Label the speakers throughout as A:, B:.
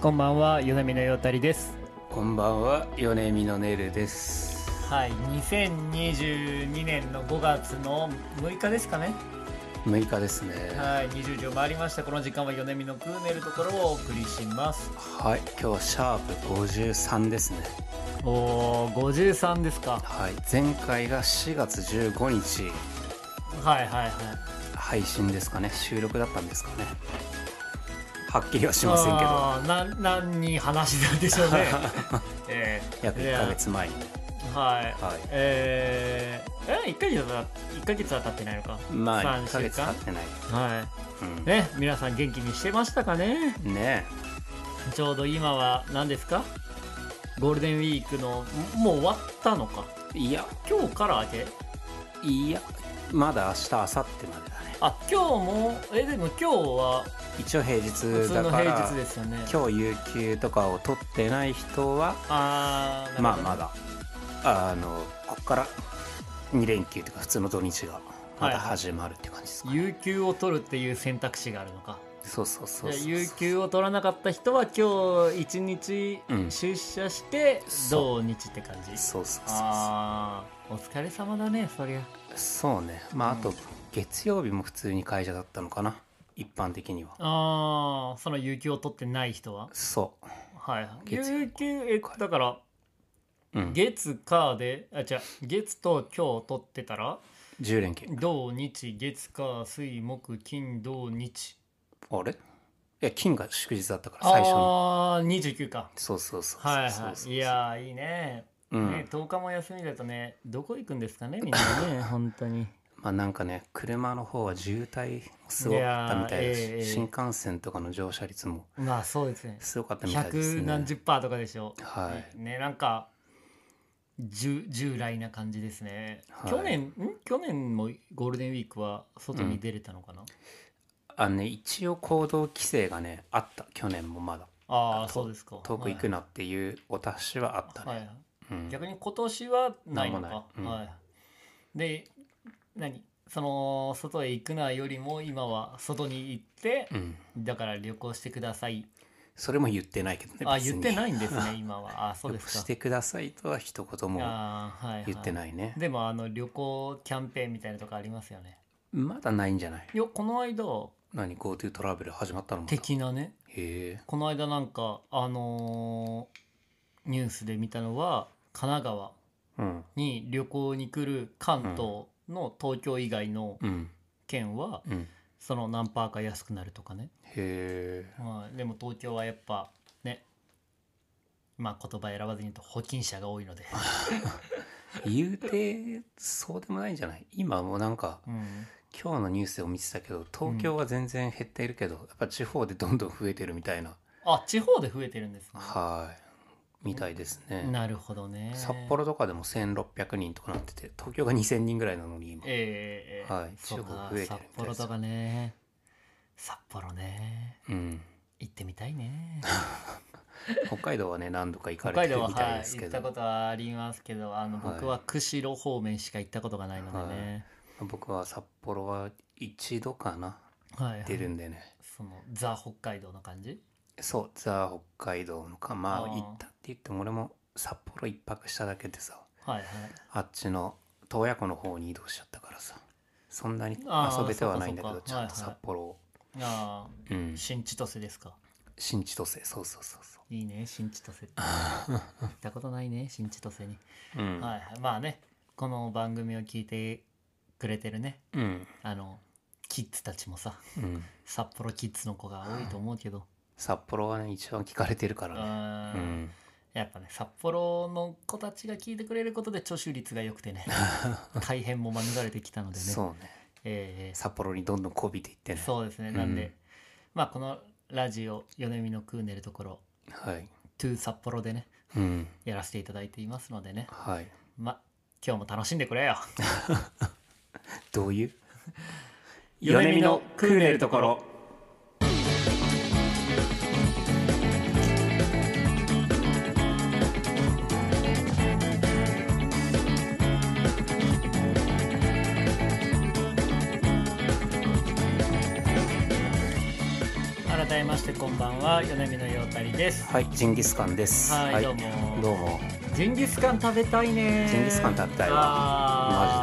A: こんばんは、よなみのよたりです。
B: こんばんは、米見のねるです。
C: はい、2022年の5月の6日ですかね。
B: 6日ですね。
C: はい、20時を回りました。この時間は米見のクーネルところをお送りします。
B: はい、今日はシャープ53ですね。
C: おー、53ですか。
B: はい、前回が4月15日
C: はいはいはい。
B: 配信ですかね、収録だったんですかね。はっきりはしませんけど、
C: あーな、何話なんでしょう ね。ええ
B: 約1ヶ月前に。
C: はい。
B: はい。
C: えー、え1ヶ月は1ヶ月は経ってないのか。
B: まあ、
C: 三
B: 1ヶ
C: 週
B: 月経
C: 間
B: ってない。
C: は
B: うん
C: い。ね、皆さん元気にしてましたかね。
B: ね
C: ちょうど今は何ですかゴールデンウィークのもう終わったのか
B: えいや、
C: 今日から明け
B: いや、まだ明日、明後日までだね。
C: あ今日もえでも今日は
B: 一応平
C: 普
B: 日
C: 通
B: だ
C: の
B: か
C: 平
B: ら
C: 日、ですよね
B: 今日有給とかを取ってない人は、
C: あーな
B: まあ
C: るほど
B: まだあのこっから2連休というか普通の土日がま
C: はい
B: だ始まるって感じですか、
C: 有給を取るっていう選択肢があるのか
B: そうそうそうそう
C: じゃあ有給を取らなかった人は今日一日
B: うん
C: 出社して
B: そ
C: 同日って感じ、
B: そうそうそう
C: ああお疲れ様だねそりゃ
B: そうねまああ
C: う
B: と
C: ん
B: 月曜日も普通に会社だったのかな一般的には
C: ああその有給を取ってない人は
B: そ
C: はい
B: 月曜
C: 有給えだから
B: う、うん、
C: 月火であ違う月と今日取ってたら
B: 10連休
C: 土日月火水木金土日
B: あれいや金が祝日だったから最初に
C: ああ29か
B: そうそうそうそう
C: はい
B: そう
C: は
B: そうそう
C: いいやーいいね,、
B: うん
C: ね10日も休みだとねどこ行くんですかねみんな ね本当に
B: まあなんかね車の方は渋滞すごかったみたいだし
C: いやーええ
B: 新幹線とかの乗車率も
C: まあそうですね
B: すごかったみたいです
C: 百
B: ね
C: 何十パーとかでしょ
B: はい
C: ねなんか従従来な感じですね、
B: はい
C: 去年ん去年もゴールデンウィークは外に出れたのかな、
B: あのね一応行動規制がねあった去年もまだ
C: あ
B: あ
C: あ
B: と
C: そうですか
B: 遠く行
C: は
B: くなっていうお達しはあった
C: いは
B: ね、
C: い
B: うん
C: 逆に今年はないの
B: なんも
C: か、
B: ないうん
C: はい、で何その外へ行くなよりも今は外に行って、
B: うん
C: だから旅行してください
B: それも言ってないけどね
C: あ言ってないいんですね 今はあそうですか
B: してくださいとは一言も
C: あー、はいはい、
B: 言ってないね、
C: でもあの旅行キャンペーンみたいなとこありますよね
B: まだないんじゃない
C: いやこの間
B: 何 GoTo トラベル始まったのまだへ
C: 的なね
B: え
C: この間なんかあのーニュースで見たのは神奈川
B: うん
C: に旅行に来る関東の東京以外の
B: うん
C: 県は
B: うん
C: その何パーか安くなるとかね、
B: へえ
C: はいでも東京はやっぱねまあ言葉選ばずに言うと保菌者が多いので、
B: 言うてそうでもないんじゃない今もうなんか
C: うん、
B: 今日のニュースを見てたけど東京は全然減っているけど、やっぱ地方でどんどん増えてるみたいな
C: あ地方で増えてるんですね
B: はいみたいですね、
C: なるほどね
B: 札幌とかでも1600人とかなってて東京が2000人ぐらいなのに今、
C: ええええ
B: はい
C: そうか
B: 地方増えてるみたい
C: 札
B: です
C: 幌とかね札幌ね
B: うん、
C: 行ってみたい ね
B: 北海道はね何度か行か
C: 北海
B: れ
C: 道
B: てる
C: は、
B: みた
C: はいい、
B: です
C: 行
B: け
C: っ
B: ど、
C: たことはありますけどあの
B: はい
C: 僕は釧路方面しか行ったことがないのでね、
B: 僕は札幌は一度かな
C: はいはい
B: 出るんでね
C: そのザ・北海道の感じ
B: そうザ北海道のかまあ
C: あー
B: 行ったって言っても俺も札幌一泊しただけでさ
C: はいはい
B: あっちの洞爺湖の方に移動しちゃったからさそんなに
C: あー
B: 遊べてはないんだけ
C: そ
B: ど
C: うか
B: ち
C: そうか
B: ゃんと札幌を、
C: ああ
B: うん
C: 新千歳ですか
B: 新千歳そうそうそうそ
C: いいね新千歳って行ったことないね新千歳に、
B: ううん、
C: はいはいまあねこの番組を聞いてくれてるね
B: うん
C: あのキッズたちもさ
B: うん
C: 札幌キッズの子が多いと思うけど、
B: 札幌はね一番聞かれてるからね
C: あ
B: う
C: ー
B: ん
C: やっぱね札幌の子たちが聞いてくれることで聴取率が良くて ね大変も免れてきたのでね
B: そうね
C: ええ
B: 札幌にどんどんこびていってね
C: そうですね
B: うん
C: なんで、まあこのラジオ「米見のクーネるところ
B: はい」
C: 「to 札幌」でね
B: うん
C: やらせていただいていますのでね
B: はい
C: ま今日も楽しんでくれよ
B: ど ういう
C: 米見のクーネルところ改改めましてこんばんは米見のようたりです
B: はい、ジンギスカンです。
C: はいどうも
B: どうも。
C: ジンギスカン食べたいね
B: ジンギスカン食べたいわ。マ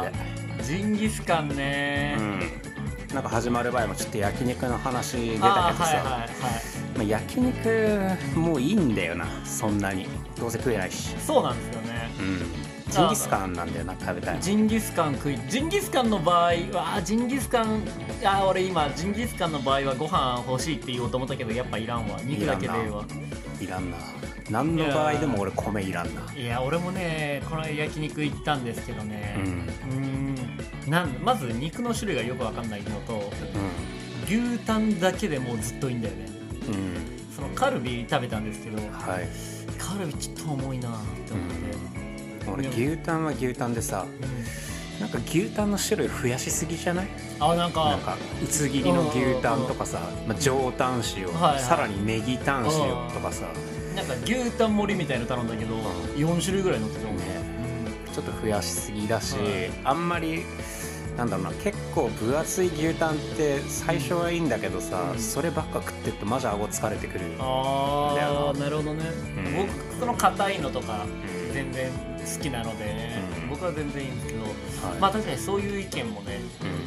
C: わジでジンギスカンね
B: ジで。うん。なんか始まる前もちょっと焼肉の話出たけどさ、
C: あーはいはいはい
B: まあ、焼肉もういいんだよな、そんなに。どうせ食えないし。
C: そうなんですよね
B: うん。ジンギスカンなんだよな、食べたいの。
C: ジンギスカン食いジンギスカンの場合はジンギスカンあー俺今ジンギスカンの場合はご飯欲しいって言おうと思ったけどやっぱいらんわ肉だけでええわ
B: いらんな。何の場合でも俺米いらんな。
C: いや俺もねこの間焼肉行ったんですけどね
B: うん。う
C: うーんなんまず肉の種類がよくわかんないのと
B: ん。
C: 牛タンだけでもうずっといいんだよね
B: うん。
C: そのカルビ食べたんですけど
B: はい。
C: カルビちょっと重いなって思って、
B: 俺牛タンは牛タンでさ、なんか牛タンの種類増やしすぎじゃない
C: あなんか
B: なんか薄切りの牛タンとかさ、まあ、上タン塩、
C: はいはい
B: さらにネギタン塩とかさ、
C: なんか牛タン盛りみたいなの頼んだけど、4種類ぐらい乗ってたもんね
B: ちょっと増やしすぎだし、
C: はい
B: あんまりなんだろうな結構分厚い牛タンって最初はいいんだけどさ、
C: うん
B: そればっか食ってるとマジ顎疲れてくる、
C: あーなるほどね、
B: うん
C: 僕その硬いのとか
B: うん
C: 全然好きなので、
B: うん
C: 僕は全然いいんですけど、
B: はい
C: まあ確かにそういう意見もね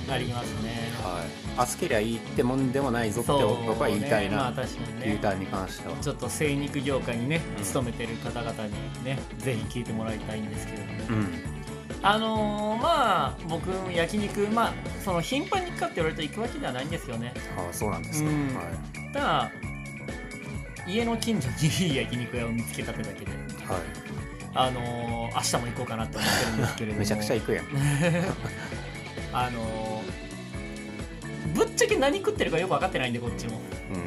B: うん
C: ありますね、
B: はい、熱けりゃいいってもんでもないぞって
C: そう
B: 僕は言いたい
C: ねま
B: な、
C: あ確かにね
B: 牛タンに関しては
C: ちょっと精肉業界にね
B: うん
C: 勤めてる方々にねぜひ聞いてもらいたいんですけれども、ね
B: うん
C: あのーまあ僕焼肉まあその頻繁に行くかって言われると行くわけではないんですよね
B: ああそうなんですね、
C: うん
B: はい
C: ただ家の近所にいい焼肉屋を見つけたってだけで
B: は
C: あのー明日も行こうかなと思ってるんですけれど
B: い、
C: も
B: めちゃくちゃ行くやん、
C: あのーぶっちゃけ何食ってるかよく分かってないんでこっちも
B: う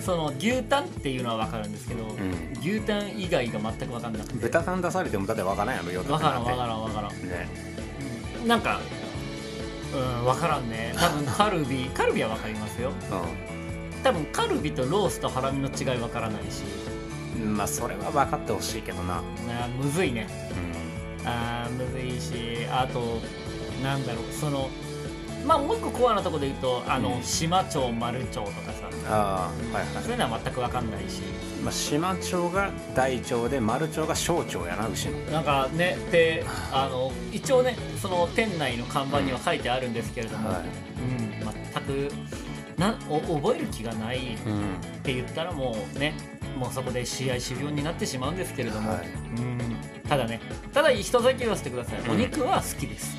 B: ん
C: その牛タンっていうのは分かるんですけど、
B: うん、
C: 牛タン以外が全く分かんなくて
B: 豚さん出されてもだってわからんやろよ
C: 分からん分からん分からん
B: ね
C: なんか、うん、分からんね 多分カルビカルビは分かりますよ多分カルビとロースとハラミの違い分からないし
B: うんまあそれは分かってほしいけどな
C: あーむずいね
B: う
C: あーむずいしあとなんだろうそのまあもう一個コアなとこで言うとあの、
B: うん
C: 島町丸町とかさ
B: んああはいは
C: そういうのは全く分かんないし
B: い、まあ、島町が大腸で丸腸が小腸やな牛の
C: なんかねであの一応ねその店内の看板には書いてあるんですけれども、
B: はい
C: うん、全くなお覚える気がないっ
B: うん
C: て言ったらもうねもうそこで試合終了になってしまうんですけれども、
B: はい
C: うんただねただ人だけ言わせてください
B: うん
C: お肉は好きです、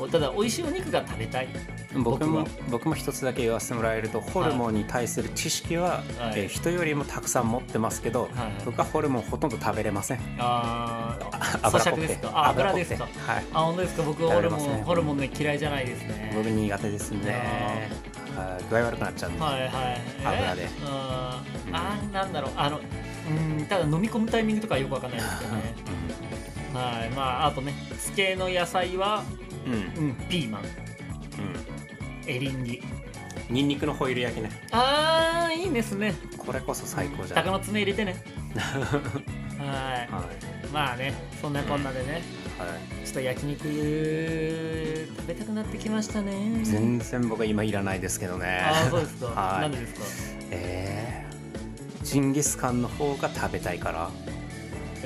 C: うん、ただ美味しいお肉が食べたい
B: うん、僕も
C: 僕
B: 僕も一つだけ言わせてもらえるとホルモンに対する知識
C: は
B: は、
C: い
B: えー人よりもたくさん持ってますけど、
C: はい
B: 僕はホルモンほとんど食べれません
C: あー
B: 油
C: 咀
B: っ
C: 嚼
B: ぽ
C: で
B: くて
C: すかあ油
B: っぽ
C: で
B: くて
C: すか
B: はい
C: あ本当ですか僕
B: 食
C: ホ
B: べ
C: ル
B: れ
C: モ
B: ま
C: ン、
B: すね
C: ホルモンね嫌いじゃないですね
B: 僕苦手ですね
C: ね
B: はい具合悪くなっちゃうんで、
C: はいはい
B: 油で
C: うんあーなんだろうあのうんただ飲み込むタイミングとかよくわかんないですけど ねはいまああとね漬けの野菜は
B: うんう
C: う
B: ん
C: んピーマン
B: うん
C: エリンギ
B: ニンニクのホイル焼きね
C: あーいいですね
B: これこそ最高じゃん
C: 鷹の爪入れ てねは
B: はい
C: まあねそんなこんなでね
B: い、はい、
C: ちょっと焼肉食べたくなってきましたね
B: 全然僕は今いらないですけどね
C: ああそう ですか、
B: はい
C: なんでですか
B: えー、ジンギスカンの方が食べたいから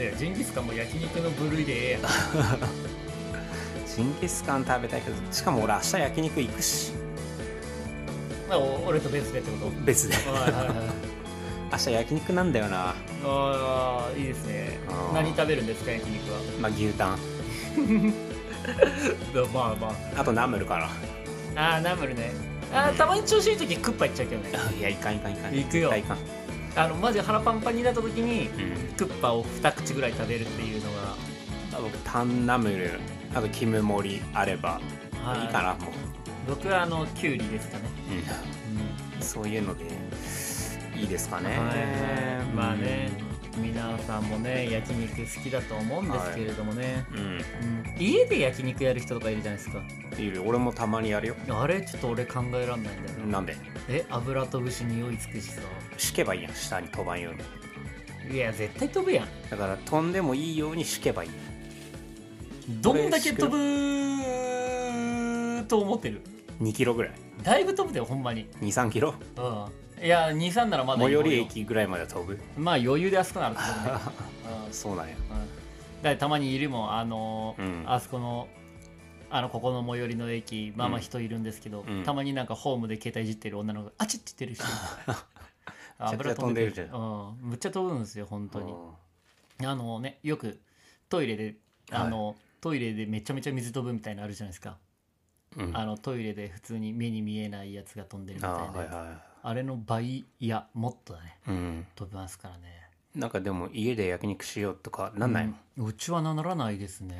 C: いやジンギスカンも焼肉の部類で ええやん
B: ジンギスカン食べたいけどしかも俺明日焼肉行くし
C: まあお俺と別でってこと
B: 別で
C: はいはいはい
B: 明日焼肉なんだよな、
C: ああいいですね
B: あー
C: 何食べるんですか焼肉は
B: まあ、牛タン
C: まあま
B: あとナムルかな
C: ああーナムルねあーたまに調子いい時クッパ行っちゃうけどね
B: いやいかんいかんいかん
C: 行くよ
B: いかんいかん
C: あのマジ腹パンパンになった時に
B: うん
C: クッパを2口ぐらい食べるっていうの
B: あ僕タンナムルあとキム盛りあれば
C: が、はい
B: いかなもう、
C: 僕はあのキュウリですかね、
B: うんそういうのでいいですかね、
C: はいまあね
B: うん
C: 皆さんもね焼肉好きだと思うんですけれどもね、
B: う
C: うん家で焼肉やる人とかいるじゃないですか
B: ん、いる俺もたまにやるよ
C: あれちょっと俺考えらんないんだよな
B: なんで
C: え油飛ぶし匂いつくしさ
B: 敷けばいいやん下に飛ばんように
C: いや絶対飛ぶやん
B: だから飛んでもいいように敷けばいい
C: どんだけ飛ぶと思ってる
B: 2キロぐらい
C: だいぶ飛ぶでほんまに
B: 23キロ
C: うんいや23ならまだ
B: 最
C: いい方よ
B: 寄り駅ぐらいまで飛ぶ
C: まあ余裕であそこなると 思うねうん
B: そうなんや
C: うんだからたまにいるもんあのー
B: うん
C: あそこのあのここの最寄りの駅まあまあ人いるんですけど、
B: うん
C: たまになんかホームで携帯いじってる女の子があちっちって言 ってる人あ
B: めちゃくちゃ飛んでるじゃん
C: うんむっちゃ飛ぶんですよ本当に
B: うん
C: あのねよくトイレであの、トイレでめちゃめちゃ水飛ぶみたいなのあるじゃないですか、
B: うん
C: あのトイレで普通に目に見えないやつが飛んでるみたいな
B: あーはい
C: あ
B: は
C: れの倍いやもっとだね
B: いうん
C: 飛びますからね
B: なんかでも家で焼肉しようとかなんないの、ん、
C: うんうちはならないですね
B: へ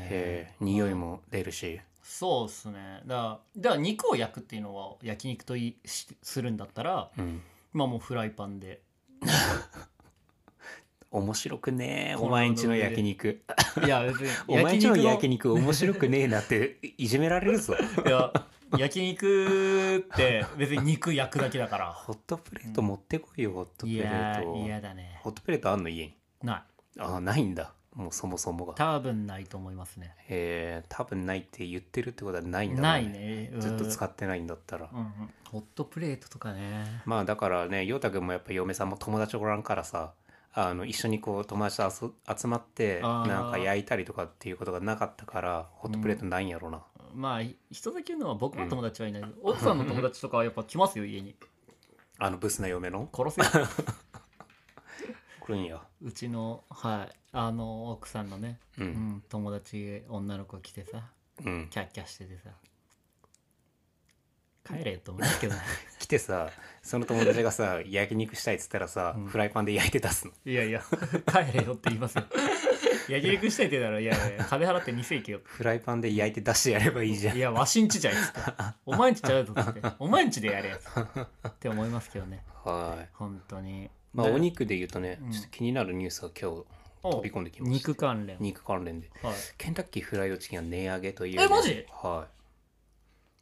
B: え匂いも出るし
C: そうですねだからだから肉を焼くっていうのは焼肉といしするんだったら
B: うん
C: 今もうフライパンで
B: 面白くねえお前んちの焼肉
C: いや 別に
B: お前んちの焼
C: 肉
B: 肉面白くねえな っていじめられるぞ
C: のいや焼肉って別に肉焼くだけだ から
B: ホットプレート持ってこいよホットプ
C: い
B: レ
C: や
B: ー
C: ー嫌
B: ト
C: だね
B: ホットプレートあんの家に
C: ない
B: ああないんだもうそもそもが
C: 多分ないと思いますね
B: えー、多分ないって言ってるってことはないんだろう
C: ないね
B: ずっと使
C: っ
B: ってないんだったら、
C: うんうん、ホットプレートとかね
B: まあだからね陽太くんもやっぱ嫁さんも友達おらんからさあの一緒にこう友達と遊集まって
C: あー
B: なんか焼いたりとかっていうことがなかったからホットプレートないんやろな、
C: まあい人だけ言うのは僕の友達はいない、奥さんの友達とかはやっぱ来ますよ家に
B: あのブスな嫁の
C: 殺せよ
B: 来るんや
C: うちのはいあの奥さんのね
B: う
C: うんん、友達女の子来てさ
B: うん、
C: キャッキャしててさ帰れよと思うんだけどね
B: 来てさその友達がさ焼肉したいっつったらさ、
C: うん
B: フライパンで 焼いて出すの
C: いやいや 帰れよって言いますよ焼肉したいって言うならいやいや金払って店行けよ
B: フライパンで焼いて出してやればいいじゃん
C: いやわしんちじゃいっつってお前んちちゃうぞっつってお前んちでやれよっつってって思いますけどね
B: はい
C: 本当に
B: まあ
C: で
B: お肉で言うとね、
C: うん
B: ちょっと気になるニュースが今日
C: お
B: 飛び込んできました
C: 肉関連
B: 肉関連で
C: はい
B: ケンタッキーフライドチキンが値上げという、
C: えマジ
B: はい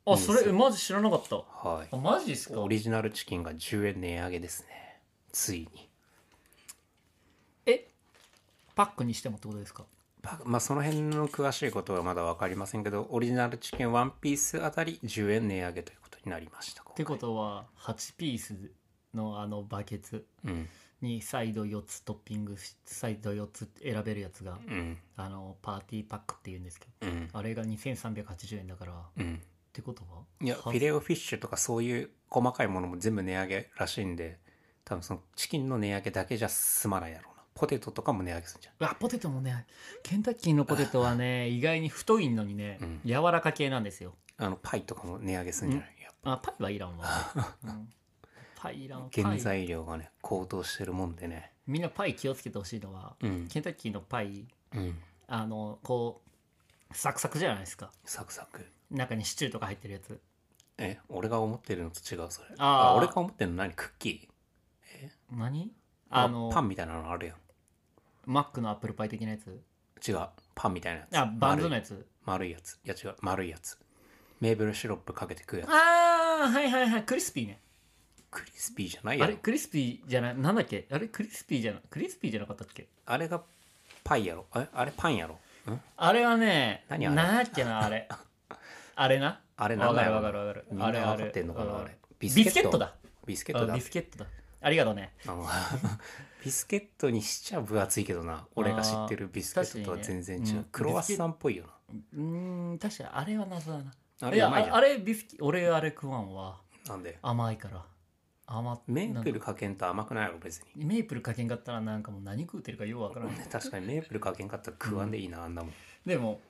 C: あそれえマジ知らなかった
B: はい
C: あマジですか
B: オリジナルチキンが10円値上げですねついに
C: えパックにしてもってことですか
B: パまあその辺の詳しいことはまだ分かりませんけどオリジナルチキンワンピースあたり10円値上げということになりました
C: ってことは8ピースのあのバケツ
B: うん
C: にサイド4つトッピングしサイド4つ選べるやつが
B: うん
C: あのパーティーパックっていうんですけ
B: うん
C: どあれが2380円だからっ
B: うん
C: てことはい
B: や
C: は
B: フィレオフィッシュとかそういう細かいものも全部値上げらしいんで多分そのチキンの値上げだけじゃ済まないやろうなポテトとかも値上げするんじ
C: うわポテトもねケンタッキーのポテトは ね意外に太いのにね、
B: うん
C: 柔らか系なんですよ
B: ゃんあのパイとかも値上げするんじゃないやっ
C: あパイはいら んわ、うんパイいらんパ
B: ぱ原
C: イ
B: 材料がね高騰してるもんでね
C: みんなパイ気をつけてほしいのは
B: うん
C: ケンタッキーのパイ
B: うん
C: あのこうサクサクじゃないですか
B: サクサク
C: 中にシチューとか入ってるやつ
B: え俺が思ってるのと違うそれ
C: あー
B: あ俺が思ってるの何クッキー
C: 何
B: あ
C: あ
B: の
C: の
B: パンみたいなのあるやん
C: マックのアップルパイ的なやつ
B: 違うパンみたいなやつ
C: あバンズの
B: 丸い
C: やつ
B: 丸いやついや違う丸いやつメーブルシロップかけて食うやつ
C: ああはいはいはいクリスピーね
B: クリスピーじゃない
C: あ
B: や
C: れ
B: ろ
C: クリスピーじゃないなんだっけあれクリスピーじゃなクリスピーじゃなかったっけ
B: あれがパイやろえあれパンやろん
C: あれはね
B: 何あれ
C: なんだっけなあ れあれな
B: あれ
C: わ
B: 何
C: かる
B: だよ
C: わかるわかる
B: みんな
C: あれあ
B: 分か
C: れ
B: ってんのかなあれビ
C: ビスケットだ
B: ビスケッ
C: あ
B: トだ
C: ビスケットだありがとうね
B: あの ビスケットにしちゃ分厚いけどな俺が知ってるビスケットとは全然
C: 確かに
B: 違
C: ねう
B: うんクロワッサンっぽいよ
C: うーん確かにあれは謎だな
B: なあ
C: い
B: れ
C: や
B: うまいじ
C: ああ
B: ゃん
C: れビスケ俺あれ食わんわ
B: なんで
C: 甘いから甘っ
B: メープ
C: なん
B: ル
C: か
B: かけんと甘くないやろ別に
C: メープルかけんかったらなんかもう何食うてるかようわからない
B: 確かにメープルかけんかったら食わんでいいな、あんなもん
C: でも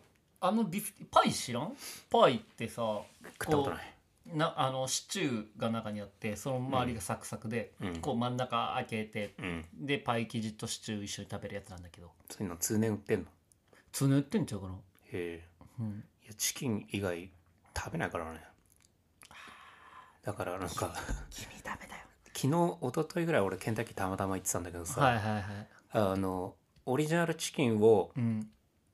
C: あのビスケパイ知らんパイってさ
B: 食ったことない
C: なあのシチューが中にあってその周りがサクサクで、
B: うん
C: こう真ん中開けて
B: うん
C: でパイ生地とシチュー一緒に食べるやつなんだけど
B: そういうの通年売ってんの
C: つぬってんちゃうかな、
B: へえ
C: うん、
B: いやチキン以外食べないからねだからなんか
C: 君ダメだよ
B: 昨日一昨日ぐらい俺ケンタッキーたまたま行ってたんだけどさ、
C: はいはいはい
B: あのオリジナルチキンを、
C: うん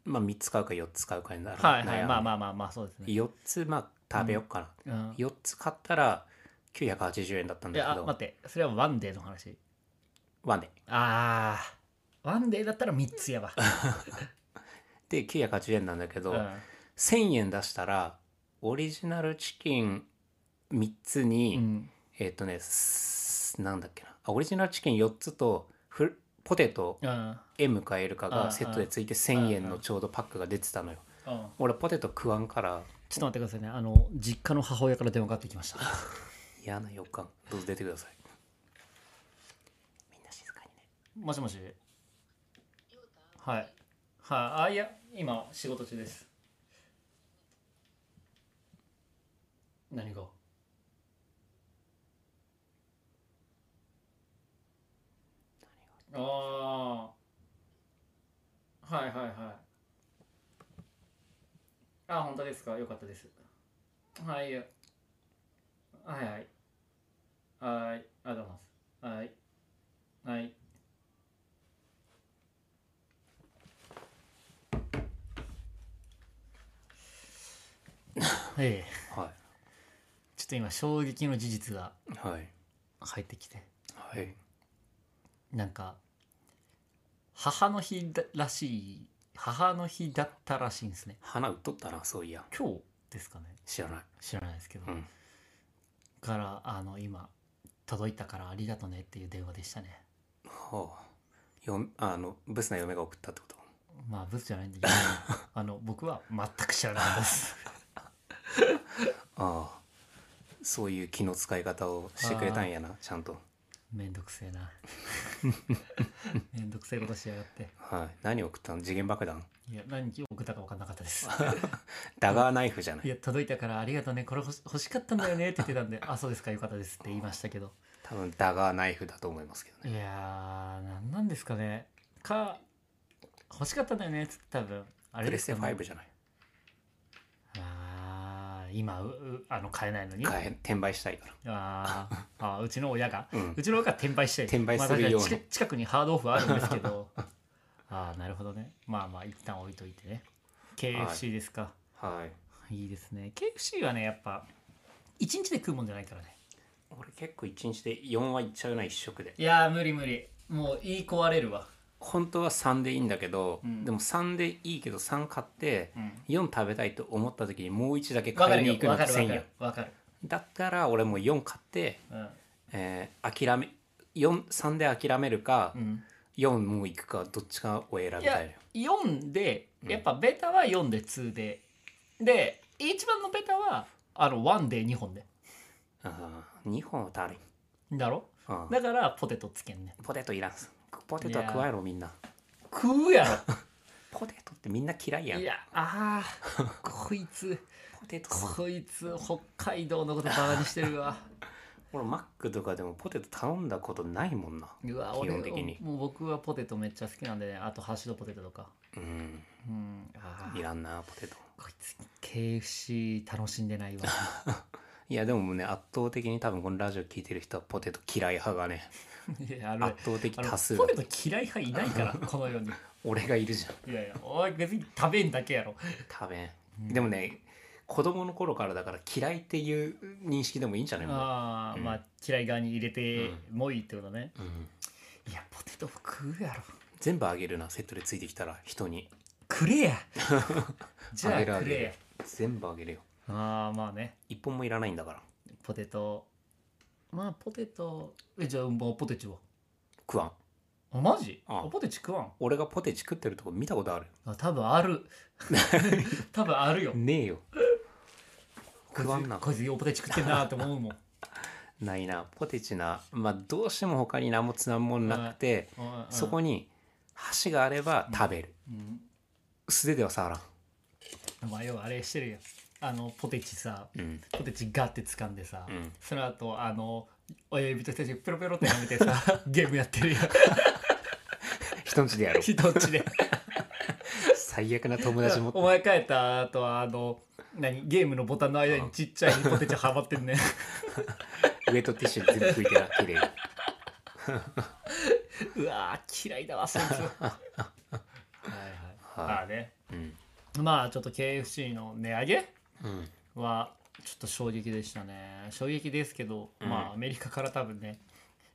B: まあ、3つ買うか4つ買うかになる
C: はいは
B: 悩
C: い
B: む
C: まあまあまあまあそうですね、
B: 4つまあ食べよっかな、
C: うん、い
B: 4つ買ったら980円だったんだ
C: や
B: け
C: あ
B: ど
C: 待ってそれはワンデーの話
B: ワンで
C: あーワンデーだったら3つやば、
B: で980円なんだけ
C: う
B: ど、
C: ん、
B: 1000円出したらオリジナルチキン3つに、
C: うん
B: えっとねすなんだっけなあオリジナルチキン4つとフポテト
C: あ
B: M か L か
C: あ
B: が
C: あ
B: セットでついて1,000円のちょうどパックが出てたのよ
C: あああ
B: 俺ポテト食わんから
C: ちょっと待ってくださいねあの実家の母親から電話かかってきました
B: 嫌な予感どうぞ出てくださいみんな静かにね
C: もしもしはいはい、あいや今仕事中です何がああはいはいはいあー本当ですかよかったですはいよはいはいはいありがとうございますはいはいええ
B: は
C: ちょっと今衝撃の事実が
B: いはい
C: 入ってきて
B: はい
C: なんか母の日だらしい母の日だったらしいんですね
B: 花売っとったなそういや
C: 今日ですかね
B: 知らない
C: 知らないですけど、
B: うん
C: からあの今届いたからありがとねっていう電話でしたね
B: はあよんあのブスな嫁が送ったってこと
C: まあブスじゃない んだけどあの僕は全く知らなかったです
B: ああそういう気の使い方をしてくれたんやなちゃんと
C: めんどくせえ なめんどくせえことしやがって
B: はい何送ったの次元爆弾
C: いや何送ったか分かんなかったです
B: ダガーナイフじゃない
C: いや届いたからありがとねこれ欲し欲しかったんだよねって言ってた んであそうですかよかったですって言いましたけど
B: 多分ダガーナイフだと思いますけど
C: い
B: ね
C: やーなんなんですかねか欲しかったんだよねっつって多分あれ
B: プ
C: で
B: レ
C: す
B: ス
C: か
B: テ
C: ね
B: 5じゃない
C: あー今ううあの買えないのに
B: 買え転売したいから
C: あー あーうちの親が、
B: う
C: うんちの親が転売して
B: 転売するように
C: まあ確かに近近くにハードオフはあるんですけど ああなるほどねまあまあ一旦置いといてね KFC ですか、
B: はい
C: い、いですね KFC はねやっぱ一日で食うもんじゃないからね
B: 俺結構1日で4はいっちゃうな1食で
C: いやー無理無理もう言い壊れるわ
B: 本当は3でいいんだけど、
C: うん
B: でも3でいいけど3買って
C: うん
B: 4食べたいと思った時にもう1だけ
C: わか
B: 買い
C: る
B: に
C: よ
B: 行くの
C: わ
B: が
C: かるわ
B: 1000
C: か
B: 円
C: るわかる
B: だったら俺もう4買って、えー諦め4 3で諦めるか、
C: うん、
B: 4もう行くかどっちかを選びた
C: うん、
B: い
C: いや
B: のよ
C: 4で
B: うん
C: やっぱベタは4で2でで一番のベタはあの1で2本で
B: あ2本は足りん
C: だろ
B: ああ
C: だからポテトつけんね
B: ポテトいらんすポテトは食わやろみんな
C: 食うや
B: ポテトってみんな嫌いや
C: ろ
B: ん
C: いやあーこいつ
B: ポテト
C: こいつ北海道のことバカにしてるわ
B: 俺マックとかでもポテト頼んだことないもんな
C: うわ
B: 基
C: 俺
B: 本的に
C: もう僕はポテトめっちゃ好きなんでねあとハッシュドポテトとか
B: うん
C: うんあ
B: い
C: ー
B: らんなポテト
C: こいつ KFC 楽しんでないわ
B: いやでもね圧倒的に多分このラジオ聞いてる人はポテト嫌い派がね
C: いやあれ
B: 圧倒的
C: あの
B: 多数
C: ポテト嫌い派いない からこの世に
B: 俺がいるじゃん
C: いやいやおい別に食べんだけやろ
B: 多分でもね子供の頃からだから嫌いっていう認識でもいいんじゃないもう
C: ああ、
B: うん
C: まあ嫌い側に入れてもいいってことね、
B: うん
C: いやポテト食うやろ
B: 全部あげるなセットでついてきたら人に
C: くれ やじゃ
B: あ
C: あ
B: げるあ
C: く
B: げ
C: れ
B: る
C: や
B: 全部あげるよ
C: ああまあね
B: 一本もいらないんだから
C: ポテトまあポテトえじゃあ、まあ、ポテチは
B: 食わん
C: あマジ
B: あ
C: あポテチ食わん
B: 俺がポテチ食ってるとこ見たことある
C: あ多分あ る 多分あるよ
B: ねえよ食わんな
C: こいつこいつようポテチ食ってんなって思うもん
B: ないなポテチなまあどうしても他に何もつなもんなくてそこ
C: に、
B: に箸があれば食べる
C: うん
B: 素手では触らん
C: まあ要はあれしてるやんあのポテチさ
B: うん
C: ポテチガって掴んでさ、
B: うん
C: その後あの親指と人差し指ペロペロって舐めて さゲームやってるやん
B: 人んちで やろう
C: 人っ ちで
B: 最悪な友達持っ
C: お前帰った後はあの何ゲームのボタンの間にちっちゃいポテチはまってん ね
B: てウエットティッシュで全部拭いてな綺麗
C: うわー嫌いだわ そいつはいはいまあね
B: うん
C: まあちょっと KFC の値上げ
B: うん
C: はちょっと衝撃でしたね衝撃ですけど、
B: うん
C: まあアメリカから多分ね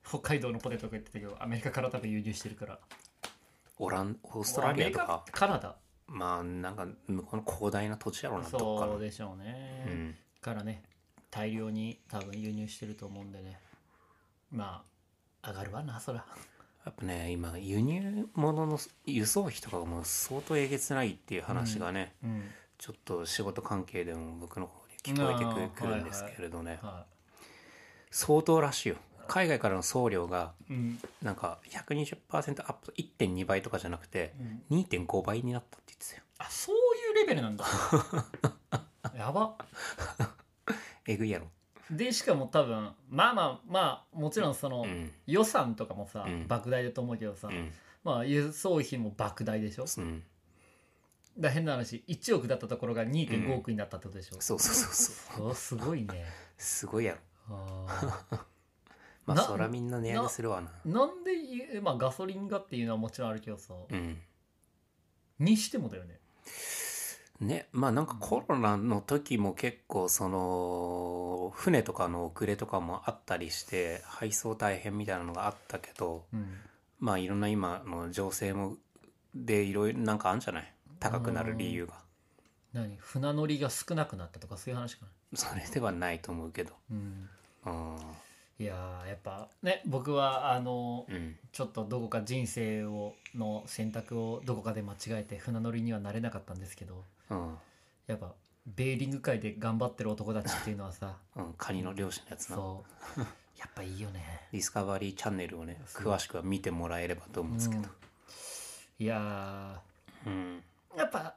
C: 北海道のポテトとか言ってたけどアメリカから多分輸入してるから
B: オランオー
C: オ
B: ストラリアとか
C: カナダ
B: まあなんか向こうの広大な土地やろうなどっか
C: そ
B: の
C: うでしょうね、
B: うん
C: からね大量に多分輸入してると思うんでねまあ上がるわなそら
B: やっぱね今輸入物の輸送費とかがもう相当えげつないっていう話がね、
C: うん
B: ちょっと仕事関係でも僕の方に聞こえてくくるんですけれどね、
C: は
B: 相当らしいよ海外からの送料が
C: いうん
B: なんか120%アップ1.2倍とかじゃなくて
C: うん
B: 2.5倍になったって言ってたよ
C: あそういうレベルなん だやば
B: えぐいやろ
C: でしかも多分まあまあまあもちろんその、
B: うん
C: 予算とかもさ、
B: うん
C: 莫大だと思うけどさ、
B: うん
C: まあ輸送費も莫大でしょ
B: うん
C: だから変な話1億だったところが2.5億になったってことでしょ、
B: そうそうそうそう
C: そうすごいね
B: すごいやろ
C: あー
B: まあ
C: な
B: そらみんな値上げするわな
C: なんでい、まあ、ガソリンがっていうのはもちろんあるけどさ、
B: うん
C: にしてもだよね
B: ねまあなんかコロナの時も結構その船とかの遅れとかもあったりして配送大変みたいなのがあったけど
C: うん
B: まあいろんな今の情勢もでいろいろなんかあるんじゃない高くなる理由が
C: 何船乗りが少なくなったとかそういう話かな
B: それではないと思うけど
C: うん
B: うん
C: いやーやっぱね僕はあの
B: うん
C: ちょっとどこか人生をの選択をどこかで間違えて船乗りにはなれなかったんですけど
B: うん
C: やっぱベーリング界で頑張ってる男たちっていうのは さ
B: うんカニの漁師のやつな
C: そうやっぱいい よね
B: ディスカバリーチャンネルをね
C: そう
B: 詳しくは見てもらえればと思うんですけど
C: いや
B: うん
C: ーやっぱ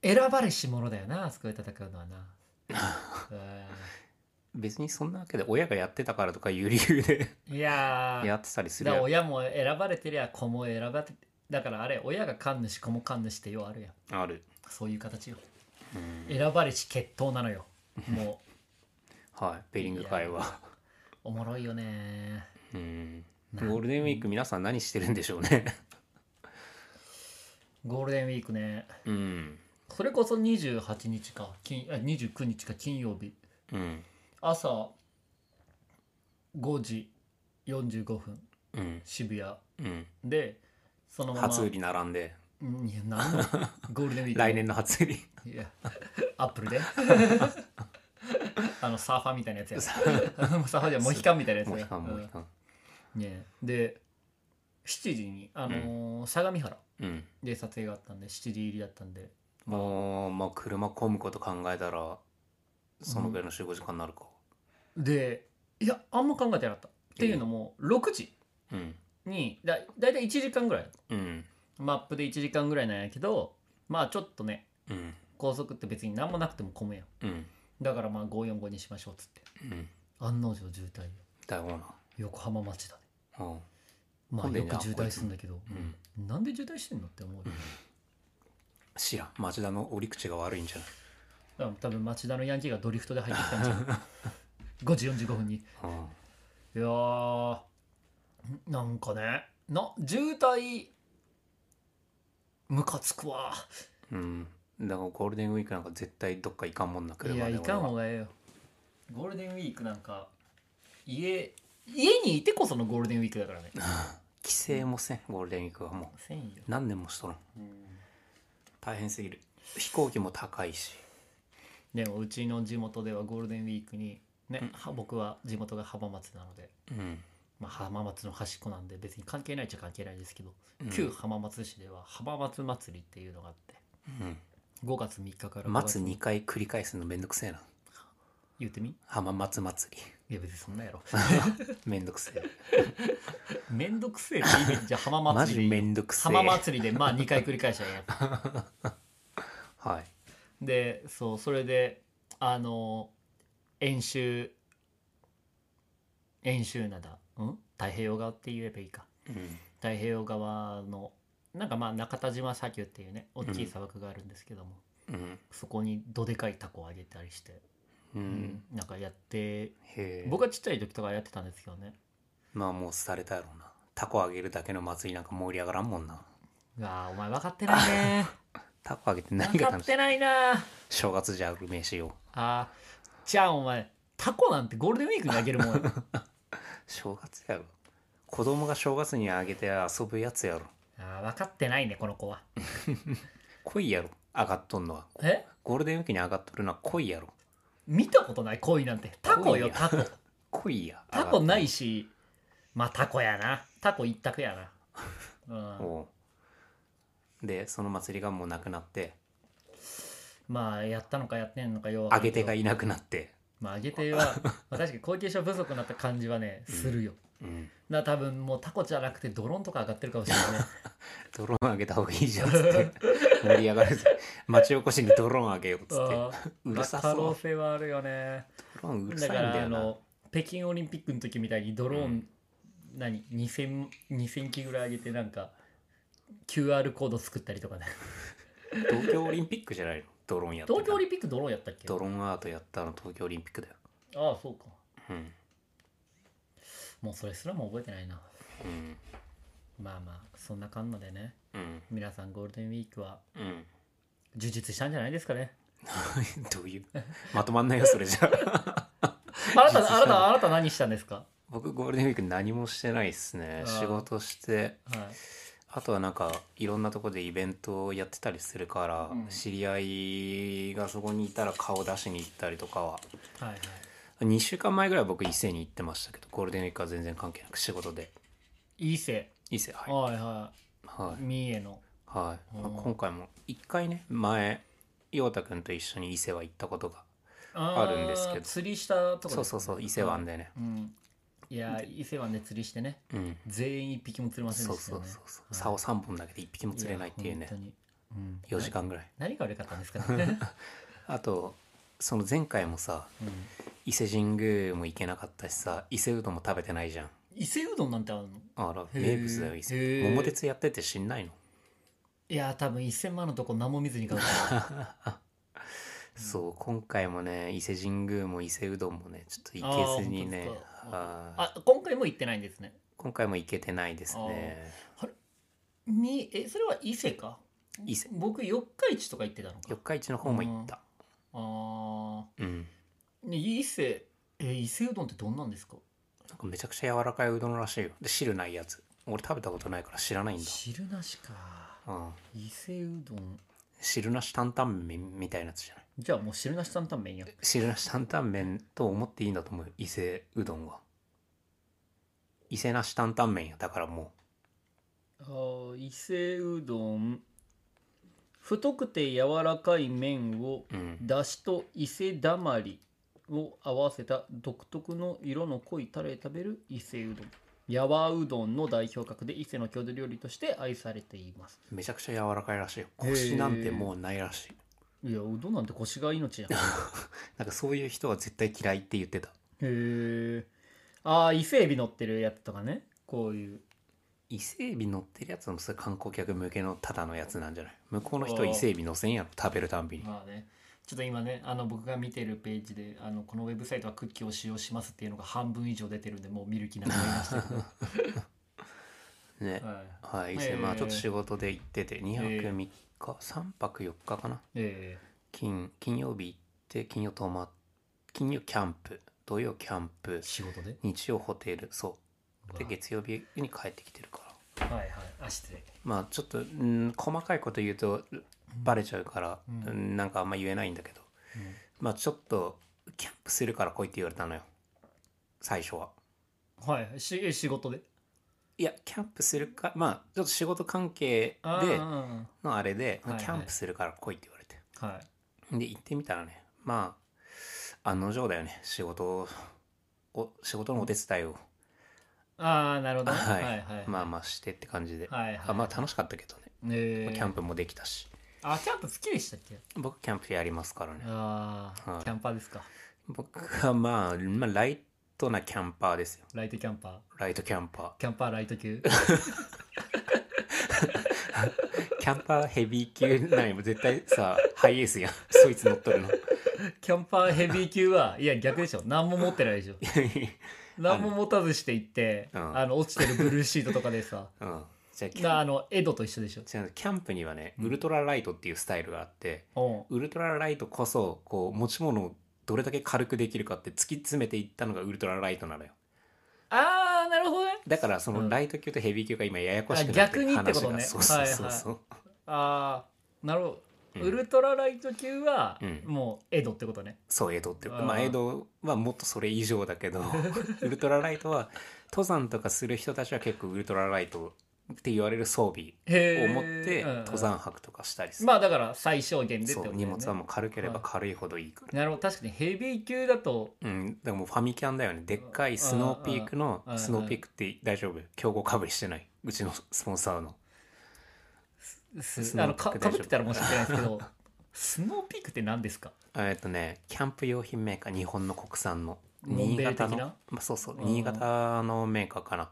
C: 選ばれし者だよなあそこで戦うのはな
B: 別にそんなわけで親がやってたからとかいう理由で
C: うんいやー
B: やってたりする
C: だから
B: やん
C: 親も選ばれてりゃ子も選ばれてだからあれ親が神主子も神主ってようあるやん
B: ある
C: そういう形よ
B: うん
C: 選ばれし血統なのよも
B: はいベリング会は
C: うおもろいよね
B: うん ゴ
C: なん
B: ールデンウィーク皆さん何してるんでしょうね
C: ゴールデンウィークね
B: うん
C: それこそ28日か金あ29日か金曜日
B: うん
C: 朝5時45分
B: うん
C: 渋谷
B: うん
C: でそのまま
B: 初売り並んで
C: うんいやなんのゴールデンウィーク
B: 来年の初売り
C: いや、アップルで。あのサーファーみたいなやつや。サ
B: サ
C: ーファーじゃモヒカンみたいなやつ
B: も
C: や。
B: ういかんもういかん
C: うんねで、7時に、あのー相模原
B: うん
C: で撮影があったんで、7時入りだったんで、
B: もうまあ車混むこと考えたらそのぐらいの集合時間になるか
C: で、いや、あんま考えてなかった。っていうのも、6時
B: うん
C: にだ、だいたい1時間ぐらい、
B: うん
C: マップで1時間ぐらいなんやけど、まあちょっとね、
B: うん
C: 高速って別に何もなくても混むやん。
B: うん
C: だからまあ545にしましょうっつって。
B: うん
C: 案の定渋滞よ。
B: だよな
C: 横浜町だね。
B: うん
C: まあ
B: 混んで
C: よ
B: んじゃん
C: く渋滞するんだけど、
B: うん
C: なんで渋滞してんのって思うよ、だ
B: 知らん町田の折り口が悪いんじゃない
C: から多分町田のヤンキーがドリフトで入ってきたんじゃ ん5時45分にい
B: うん
C: やーなんかねな渋滞ムカつくわ
B: うん、だからゴールデンウィークなんか絶対どっか行かんもんな車
C: いや
B: で俺
C: い
B: は
C: かんほうがええよゴールデンウィークなんか家家にいてこそのゴールデンウィークだから ね
B: 帰省もせんゴールデンウィークはも
C: せんよ
B: う何年もしとるん大変すぎる飛行機も高いし
C: でもうちの地元ではゴールデンウィークにね、は僕は地元が浜松なので
B: うん
C: まあ、浜松の端っこなんで別に関係ないっちゃ関係ないですけど、
B: うん
C: 旧浜松市では浜松祭りっていうのがあって5月3日から
B: う
C: 5
B: ん
C: 月
B: 松2回繰り返すのめんどくせえな
C: 言ってみ
B: 浜松祭
C: いや別にそんなやろ
B: りめんどくせえ
C: めんどくせえって意味じゃ浜
B: マジ
C: 祭り
B: めんどくせえ
C: 浜祭りでまあ2回繰り返しちゃうや
B: は
C: ん
B: い
C: でそうそれであの演習演習灘うん太平洋側って言えばいいか
B: うん
C: 太平洋側のなんかまあ中田島砂丘っていうね大きい砂漠があるんですけども、
B: うん
C: そこにどでかいタコをあげたりして、
B: うん、
C: なんかやって
B: へえ
C: 僕はちっちゃい時とかやってたんですけどね
B: まあもう廃れたやろうなタコあげるだけの祭りなんか盛り上がらんもんな
C: あーお前分かってないね
B: タコあげて 何
C: 分
B: が
C: かっ
B: 楽しい
C: てないな
B: 正月じゃあるめしよう
C: あーじゃあお前タコなんてゴールデンウィークにあげるもん や
B: 正月やろ子供が正月にあげて遊ぶやつやろ
C: あー分かってないねこの子は
B: 濃いやろ上がっとんのは
C: え
B: ゴールデンウィークに上がっとるのは濃いやろ
C: 見たことない鯉なんてタコよ
B: 鯉
C: タ コ
B: 濃いや
C: タコないしまあタコやなタコ一択やな、 うん、
B: おうでその祭りがもうなくなって
C: まあやったのかやってんのかよ
B: 上げ手がいなくなって
C: まあ上げ手は、まあ、確かに後継者不足になった感じはねするよ、
B: うん
C: な多分もうタコじゃなくてドローンとか上がってるかもしれ ないね
B: ドローン上げた方がいいじゃんっつって 盛り上がるぜ町おこしにドローン上げようっつって
C: う
B: うるさ
C: 可
B: そ
C: 能
B: う
C: 性はあるよね
B: ドローンうるさ
C: だ
B: いん
C: から
B: だ
C: あ
B: よな
C: の北京オリンピックの時みたいにドローン、
B: うん
C: 何 2000, 2000機ぐらい上げてなんか QR コード作ったりとかね
B: 東京オリンピックじゃないのドローンやってた
C: 東京オリンピックドローンやったっけ
B: ドローンアートやったの東京オリンピックだよ
C: ああそうか
B: うん
C: もうそれすらも覚えてないな
B: うん
C: まあまあそんなかんなでね
B: うん
C: 皆さんゴールデンウィークは
B: うん
C: 充実したんじゃないですか ね
B: どういうまとまんないよそれじゃあ
C: あな
B: 充実した
C: たあなたあなた何したんですか
B: 僕ゴールデンウィーク何もしてないっすね
C: あー
B: 仕事して
C: はい
B: あとはなんかいろんなとこでイベントをやってたりするから、
C: うん
B: 知り合いがそこにいたら顔出しに行ったりとかは
C: はいはい
B: 2週間前ぐらい僕伊勢に行ってましたけどゴールデンウィークは全然関係なく仕事で
C: 伊勢
B: 伊勢はい
C: はいは
B: はい
C: い三重の
B: はい、
C: うん
B: まあ今回も1回ね前陽太くんと一緒に伊勢は行ったことが
C: あー
B: あるんですけど
C: 釣りしたとこ
B: そうそうそう伊勢湾でね
C: うんいやー伊勢湾で釣りしてね
B: うん
C: 全員一匹も釣れません
B: そ
C: で
B: う
C: した
B: そ
C: よ
B: う
C: ね
B: そうそう
C: はい
B: 竿3本だけで1匹も釣れないっていうね
C: や本当にうん
B: 4時間ぐらい
C: 何が悪かったんですか ね
B: あとその前回もさ
C: うん
B: 伊勢神宮も行けなかったしさ伊勢うどんも食べてないじゃん
C: 伊勢うどんなんてあるの
B: あら
C: へー
B: 名物だよ伊勢
C: へー
B: 桃鉄やってて知んないの
C: いやー多分1000万のとこ何も見ずに買う
B: そう今回もね伊勢神宮も伊勢うどんもねちょっと行けずにね
C: あー本当ですか
B: はい
C: あ今回も行ってないんですね
B: 今回も行けてないですね
C: みえそれは伊勢か
B: 伊勢
C: 僕四日市とか行ってたのか
B: 四日市の方も行った
C: あ
B: うん
C: ーね伊勢え伊勢うどんってどんなんですか
B: なんかめちゃくちゃ柔らかいうどんらしいよで汁ないやつ俺食べたことないから知らないんだ、
C: 汁なしか
B: うん、
C: 伊勢うどん
B: 汁なし担々麺みたいなやつじゃない
C: じゃあもう汁なし担々麺や
B: 汁なし担々麺と思っていいんだと思うよ伊勢うどんは伊勢なし担々麺やだからも
C: あー伊勢うどん太くて柔らかい麺を
B: ううん
C: だしと伊勢だまりを合わせた独特の色の濃いタレで食べる伊勢うどんやわうどんの代表格で伊勢の郷土料理として愛されています
B: めちゃくちゃ柔らかいらしいよ腰なんてもうないらしい
C: いやうどんなんて腰が命やんへ
B: なんかそういう人は絶対嫌いって言ってた
C: えああ伊勢エビ乗ってるやつとかねこういう
B: 伊勢海老乗ってるやつもそれ観光客向けのただのやつなんじゃない向こうの人
C: あ
B: は
C: ー
B: 伊勢海老乗せんやろ食べるたんびに
C: まあねちょっと今ねあの僕が見てるページであのこのウェブサイトはクッキーを使用しますっていうのが半分以上出てるんでもう見る気なくなりま したけど、
B: ね
C: はい
B: はい、伊
C: え
B: 勢
C: ー
B: まあちょっと仕事で行ってて2泊
C: えー
B: 3日、3泊4日かな
C: え
B: 金金曜日行って金曜泊まっ金曜キャンプ土曜キャンプ
C: え仕事で
B: 日曜ホテルそうで
C: う
B: 月曜日に帰ってきてるから
C: わはいはいあ失礼
B: まあちょっと、うん、細かいこと言うとバレちゃうから、
C: うん
B: うんなんかあんま言えないんだけどまあちょっとキャンプするから来いって言われたのよ最初は
C: はいしえ仕事で
B: いやキャンプするかまあちょっと仕事関係
C: あ
B: で
C: ー
B: のあれで、
C: はいはい
B: キャンプするから来いって言われて
C: はい
B: で行ってみたらねまあ案の定だよね仕事をお仕事のお手伝いを、
C: ああなるほどね、
B: はい
C: はいはい
B: まあまあしてって感じで、
C: はいはい
B: あまあ楽しかったけどね、
C: え
B: まあ
C: え
B: キャンプもできたし
C: あキャンプ好きでしたっけ
B: 僕キャンプやりますからね
C: ああ、
B: はい
C: キャンパーですか
B: 僕はまあ、まあ、ライトなキャンパーですよ
C: ライトキャンパー
B: ライトキャンパ
C: キャンパーライト級
B: ーキャンパーヘビー級なんも絶対さハイエースやんそいつ乗っとるの
C: キャンパーヘビー級はいや逆でしょ何も持ってないでしょ何も持たずして行って
B: う
C: あ
B: ん
C: の,、落ちてるブルーシートとかで さ
B: うんじゃあキ
C: な
B: ャ
C: あの江戸と一緒でしょ
B: ン違うキャンプにはねウルトラライトっていうスタイルがあって、
C: お
B: ウルトラライトこそこう持ち物をどれだけ軽くできるかって突き詰めていったのがウルトラライトなのよ
C: あーなるほどね
B: だからそうの
C: ん
B: ライト級とヘビー級が今ややこしくなって
C: あ逆にってことね
B: 話がそうそうそうそう、
C: あーなるほど
B: うん
C: ウルトラライト級は
B: うん
C: もう江戸ってことね、
B: そう江戸っていう
C: あー
B: まあ江戸はもっとそれ以上だけ どウルトラライトは登山とかする人たちは結構ウルトラライトって言われる装備
C: へ
B: を
C: ー
B: 持って
C: うんうん
B: 登山泊とかしたりする、
C: まあだから最小限でってことだ
B: そう
C: よね
B: 荷物はもう軽ければ軽いほどいいから、
C: なるほど確かにヘビー級だと
B: うんでももうファミキャンだよねでっかいスノーピークの
C: うんうん
B: スノーピークって大丈夫競合かぶりしてないうちのスポンサーのスノー
C: あのか
B: ピーク
C: か
B: 大丈夫
C: ぶってたら申し訳ないですけ どスノーピークって何ですか
B: えっとねキャンプ用品メーカー日本の国産の
C: モン
B: 新
C: ベル的な
B: 潟のまあ、そうそう
C: うん
B: 新潟のメーカーかな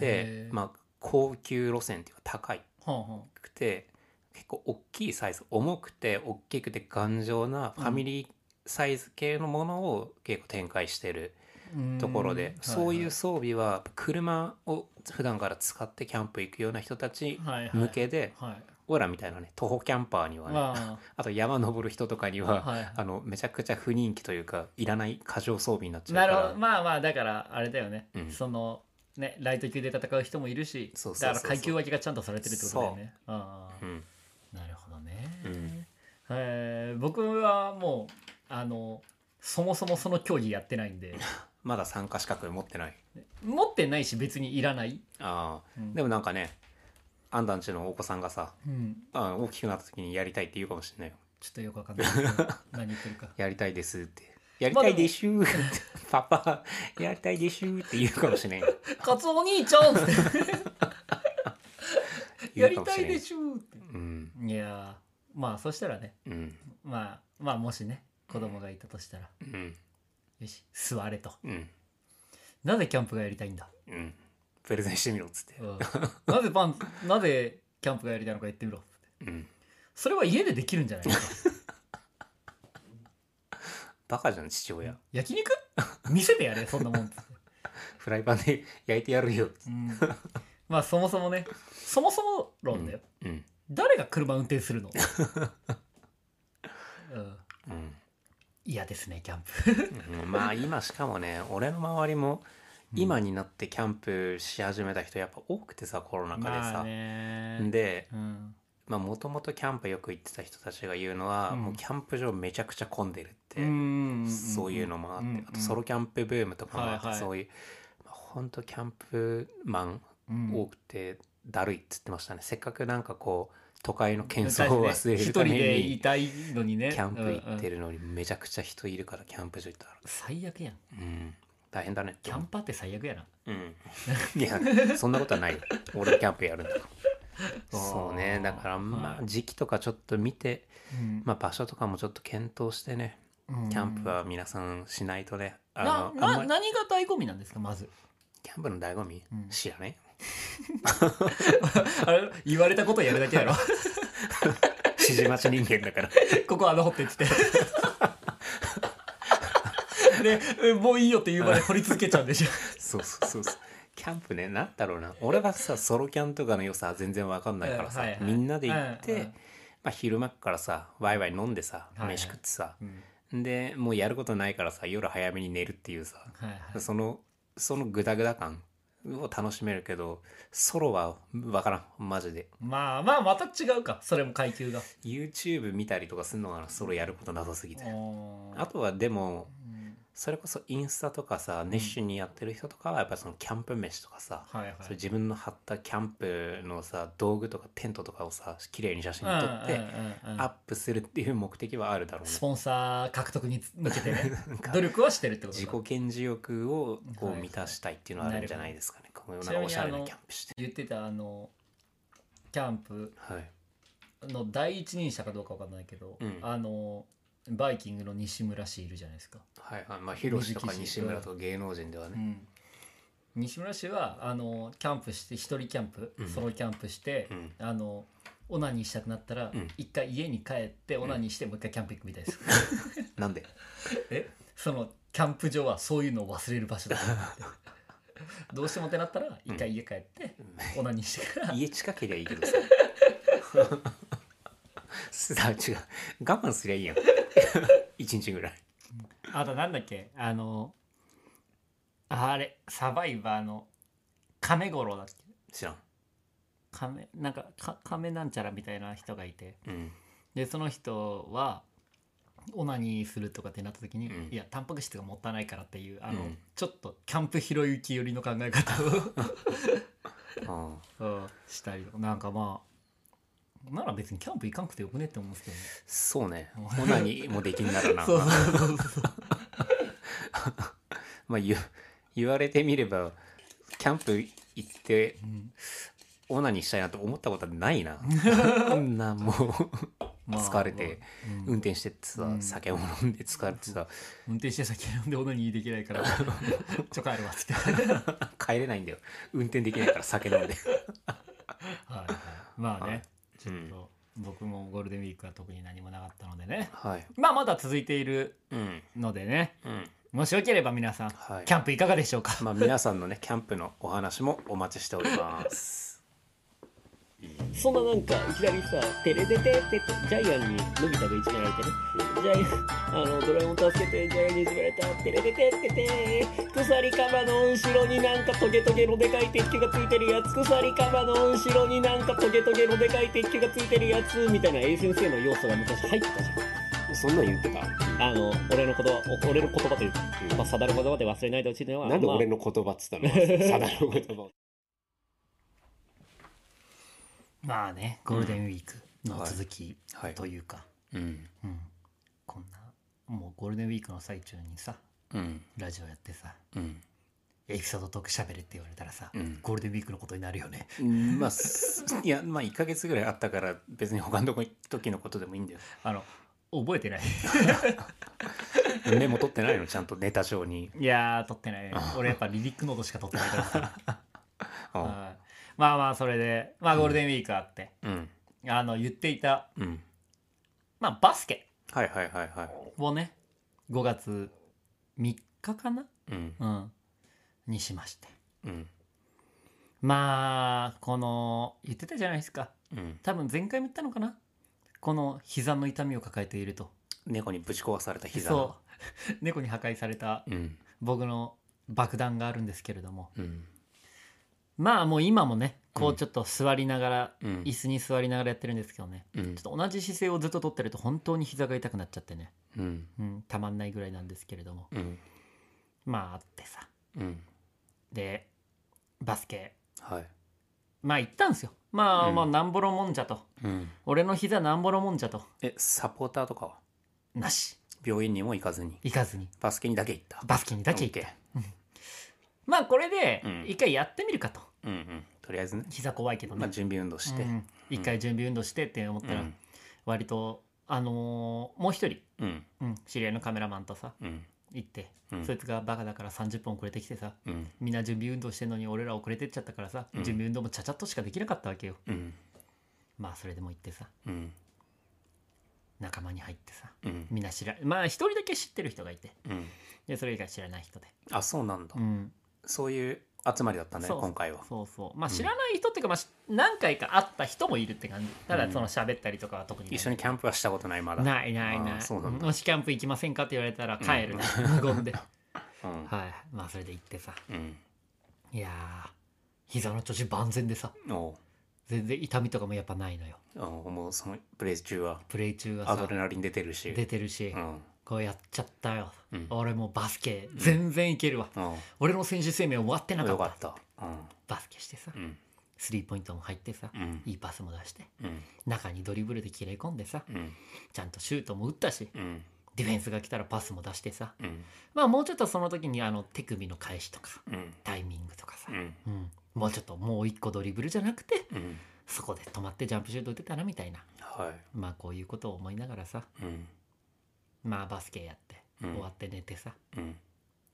C: へ
B: で
C: ー
B: まあ高級路線っていうか高い
C: はんはん
B: くて結構大きいサイズ重くて大きくて頑丈なファミリーサイズ系のものを結構展開してる
C: うーん
B: ところで、
C: はは
B: そういう装備は車を普段から使ってキャンプ行くような人たち
C: はいはい
B: 向けで、
C: はい
B: オラみたいなね徒歩キャンパーにはね、
C: ま
B: あと山登る人とかには、
C: はい
B: あのめちゃくちゃ不人気というかいらない過剰装備になっ
C: あ
B: ちゃ
C: な
B: うか
C: る
B: ら
C: ほどまあまあだからあれだよね、
B: うん
C: そのねライト級で戦う人もいるし
B: そうそうそうそう
C: だから階級分けがちゃんとされてるってことだよねああ
B: うん
C: なるほどね、
B: うん
C: えー僕はもうあのそもそもその競技やってないん で
B: まだ参加資格持ってない
C: 持ってないし別にいらない、
B: ああ、
C: うん
B: でもなんかねあんたんちのお子さんがさ
C: うん、
B: あ大きくなった時にやりたいって言うかもしれないよ
C: ちょっとよくわかん ないですけど何言ってるか
B: やりたいですってやりたいでしゅーって、パパやりたいでしゅーって言うかもしれないよ
C: 「カツオ兄ちゃん!」 って「 や
B: 言う
C: り
B: かも
C: た
B: し
C: い
B: れない
C: でしょ!」って
B: うん
C: いやーまあそしたらね
B: うん
C: まあまあもしね子供がいたとしたら
B: うん
C: よし座れと
B: うん
C: なぜキャンプがやりたいんだ、
B: うんプレゼンしてみろっつって
C: うん なぜパンなぜキャンプがやりたいのか言ってみろ
B: うん
C: それは家でできるんじゃないですか
B: バカじゃん父親
C: 焼肉店でやれそんなもんっつって
B: フライパンで焼いてやるよ
C: うんまあそもそもねそもそも論だよ、
B: うん
C: 誰が車運転す るの、うん、
B: うん
C: 嫌ですねキャンプ
B: うんまあ今しかもね俺の周りも今になってキャンプし始めた人やっぱ多くてさコロナ禍でさ、
C: ね
B: で
C: うん、
B: もともとキャンプよく行ってた人たちが言うのは、
C: うん
B: もうキャンプ場めちゃくちゃ混んでるって、
C: うん
B: そういうのもあって、
C: うんうん
B: あとソロキャンプブームとかもあって、
C: はいはい
B: そういう、まあ、ほんとキャンプマン
C: うん
B: 多くてだるいっつってましたね、せっかくなんかこう都会の喧騒
C: 確
B: を
C: かに
B: 忘れ
C: ね一
B: る
C: 人
B: ため
C: で
B: に
C: いたいのにね
B: キャンプ行って
C: る、
B: るのにめちゃくちゃ人いるからキャンプ場行ったら、
C: 最悪やん
B: うん、大変だね
C: キャンパーって最悪やな
B: うん、いやそんなことはないよ俺キャンプやるんだから
C: あー
B: そうねだからまあ時期とかちょっと見て、まあ、場所とかもちょっと検討してねキャンプは皆さんしないとね
C: な
B: あのあん
C: な
B: まり
C: 何が醍醐味なんですかまず
B: キャンプの醍醐味、
C: うん
B: 知らね
C: あれ言われたことやるだけやろ
B: え 指示待ち人間だから
C: ここ穴掘ってっつってでえもういいよって言うまで掘り続けちゃうんでしょ
B: そうそうそうそうキャンプねなんだろうな俺はさソロキャンとかの良さは全然わかん ないからさ、
C: うんはいはい
B: みんなで行って、
C: うんうん
B: まあ、昼間っからさワイワイ飲んでさ
C: いはい
B: 飯食ってさ、
C: うん
B: でもうやることないからさ夜早めに寝るっていうさ
C: はいはい
B: そのそのグダグダ感を楽しめるけどソロは分からんマジで
C: まあまあまた違うかそれも階級が
B: YouTube 見たりとかするのがソロやることなさすぎて
C: おー
B: あとはでも
C: うん
B: それこそインスタとかさ熱心にやってる人とかはやっぱそのキャンプ飯とかさ、
C: はいはい
B: そう自分の張ったキャンプのさ道具とかテントとかをさ綺麗に写真撮って、
C: うんうんうんうん
B: アップするっていう目的はあるだろうね
C: スポンサー獲得に向けて ね
B: なんか
C: 努力はしてるってこと
B: 自己
C: だ
B: 顕示欲をこ
C: は
B: う
C: いはい
B: 満たしたいっていうのはあるんじゃないですかね。このよう
C: ちな
B: な
C: み
B: お
C: に
B: しゃれなキャンプして。
C: 言ってたあのキャンプ
B: はい。
C: の第一人者かどうかわかんないけど、
B: うん
C: あのバイキングの西村氏いるじゃないですか、
B: はいはい。まあ、広志とか
C: 水木氏
B: 西村とか芸能人ではね。
C: 西村氏はあのキャンプして一人キャンプ、
B: うん
C: ソロキャンプして、
B: うん
C: あのオナニーしたくなったら
B: うん
C: 一、回家に帰ってオナニーしてもう一回キャンプ行くみたいです、
B: なんで
C: えそのキャンプ場はそういうのを忘れる場所だと思 ってどうしてもってなったら一回家帰って、オナニーしてから
B: 家近けりゃいいけどさ。 さあ違う。我慢すりゃいいやん。 一日ぐらい。
C: あとなんだっけあのあれサバイバーの亀五郎だっけ
B: 知らん。
C: 亀なんかか亀なんちゃらみたいな人がいて
B: うん。
C: でその人はオナニーするとかってなった時に、
B: うん
C: いやタンパク質がもったいないからっていうあの、
B: うん
C: ちょっとキャンプひろゆき寄りの考え方
B: うん
C: を うんしたりなんかまあなら別にキャンプ行かなくてよくねって思うんですけどね
B: そうね
C: うん
B: オナニーもできんなら な
C: そうそうそうそう
B: まあ言う言われてみればキャンプ行って
C: うん
B: オナニーしたいなと思ったことはないななんも
C: まあ
B: 疲れて
C: うん
B: 運転してってさ、
C: うん
B: 酒も飲んで疲れてさ
C: 運転して先飲んでオナニーできないから ちょ帰るわっつって、はい
B: 帰れないんだよ運転できないから 酒飲んで
C: はい、まあね、
B: はい
C: ちょっと僕もゴールデンウィークは特に何もなかったのでね
B: はい
C: まあまだ続いている
B: うん
C: のでね
B: うん
C: もしよければ皆さん
B: はい
C: キャンプいかがでしょうか
B: まあ皆さんのねキャンプのお話もお待ちしてお ります
D: そんななんか、いきなりさ、テレテテテとジャイアンにのび太がいじめられてね。ジャイアン、あの、ドラえもん助けて、ジャイアンにいじめられた、テレテテテテ鎖カバの後ろになんかトゲトゲのでかい鉄球がついてるやつ、鎖カバの後ろになんかトゲトゲのでかい鉄球がついてるやつ、みたいな A 先生の要素が昔入ってたじゃん。そんなん言ってたあの、俺のこと、お俺の言葉というか、 まあ、定の言葉で忘れないでほしいのは、
E: なんで
D: まあ
E: 俺の言葉っつったのサダの言葉を
C: まあねゴールデンウィークの続き
B: はい
C: というか、
B: うん
C: うん、こんなもうゴールデンウィークの最中にさ
B: うん
C: ラジオやってさ
B: うん
C: エピソードトークしゃべれって言われたらさ、
B: うん
C: ゴールデンウィークのことになるよね
B: うんまあす いやまあ1か月ぐらいあったから別に他のとこ時のことでもいいんだよ
C: あの覚えてない
B: メモ取ってないのちゃんとネタ上に
C: いやー撮ってない俺やっぱリリックノートしか撮ってないからさ
B: うん
C: はいまあまあそれでまあゴールデンウィークあって、
B: うん
C: あの言っていた
B: うん
C: まあバスケ
B: はいはいはいはい
C: をね5月3日かな、
B: うん
C: うん、にしまして
B: うん
C: まあこの言ってたじゃないですか
B: うん
C: 多分前回も言ったのかなこの膝の痛みを抱えていると
B: 猫にぶち壊された膝
C: そう 猫に破壊された
B: うん
C: 僕の爆弾があるんですけれども
B: うん
C: まあもう今もねこ
B: う
C: うんちょっと座りながら、
B: うん
C: 椅子に座りながらやってるんですけどね
B: うん
C: ちょっと同じ姿勢をずっと取ってると本当に膝が痛くなっちゃってね、
B: うん
C: うん、たまんないぐらいなんですけれども
B: うん
C: まああってさ
B: うん
C: でバスケ
B: はい
C: まあ行ったんですよまあ、
B: うん
C: まあなんぼろもんじゃと
B: うん
C: 俺の膝なんぼろもんじゃと
B: えサポーターとかは
C: なし
B: 病院にも行かずに
C: 行かずに
B: バスケにだけ行った
C: バスケにだけ行って
B: 行って
C: まあこれで
B: うん
C: 一回やってみるかと、
B: うんうんとりあえずね
C: 膝怖いけどね、
B: まあ準備運動して
C: うん一回準備運動してって思っ
B: う
C: たら
B: ん
C: 割とあのーもう一人、
B: うん
C: うん、知り合いのカメラマンとさ
B: うん
C: 行って、
B: うん
C: そいつがバカだから30分遅れてきてさ
B: うん
C: みんな準備運動してんのに俺ら遅れてっちゃったからさ、
B: うん
C: 準備運動もちゃちゃっとしかできなかったわけよ
B: うん
C: まあそれでも行ってさ
B: うん
C: 仲間に入ってさ
B: うん
C: みんな知らまあ一人だけ知ってる人がいて
B: うん
C: でそれ以外知らない人で、
B: あそうなんだ
C: うん、
B: そういう集まりだったね
C: そう
B: 今回は
C: そうそうまあ
B: うん
C: 知らない人っていうか、まあ、し何回か会った人もいるって感じた
B: う
C: だ
B: ん
C: その喋ったりとかは特に
B: 一緒にキャンプはしたことないまだ
C: ないない
B: あ
C: な
B: ー
C: い
B: そうなんだ
C: もしキャンプ行きませんかって言われたら帰 るな、無言で
B: うん
C: はいまあそれで行ってさ
B: うん
C: いやー膝の調子万全でさ
B: おう
C: 全然痛みとかもやっぱないのよ
B: うんもうそのプレイ中は
C: プレイ中は
B: ア
C: さ
B: ドレナリン出てるし
C: 出てるし、
B: うん
C: こうやっちゃったよ、
B: うん
C: 俺もうバスケ全然いけるわ、
B: う
C: 俺の選手生命終わってなんか
B: よ
C: った
B: かったう
C: バスケしてさ、
B: んうん
C: スリーポイントも入ってさ、
B: うん
C: いいパスも出して
B: うん
C: 中にドリブルで切れ込んでさ
B: うん
C: ちゃんとシュートも打ったし
B: うん
C: ディフェンスが来たらパスも出してさ
B: うん
C: まあもうちょっとその時にあの手首の返しとか
B: うん
C: タイミングとかさ
B: う、ん
C: うん、もうちょっともう一個ドリブルじゃなくて
B: うん
C: そこで止まってジャンプシュート打てたなみたいな
B: は
C: まあこういうことを思いながらさ
B: いうん
C: まあバスケやって
B: うん
C: 終わって寝てさ、
B: うん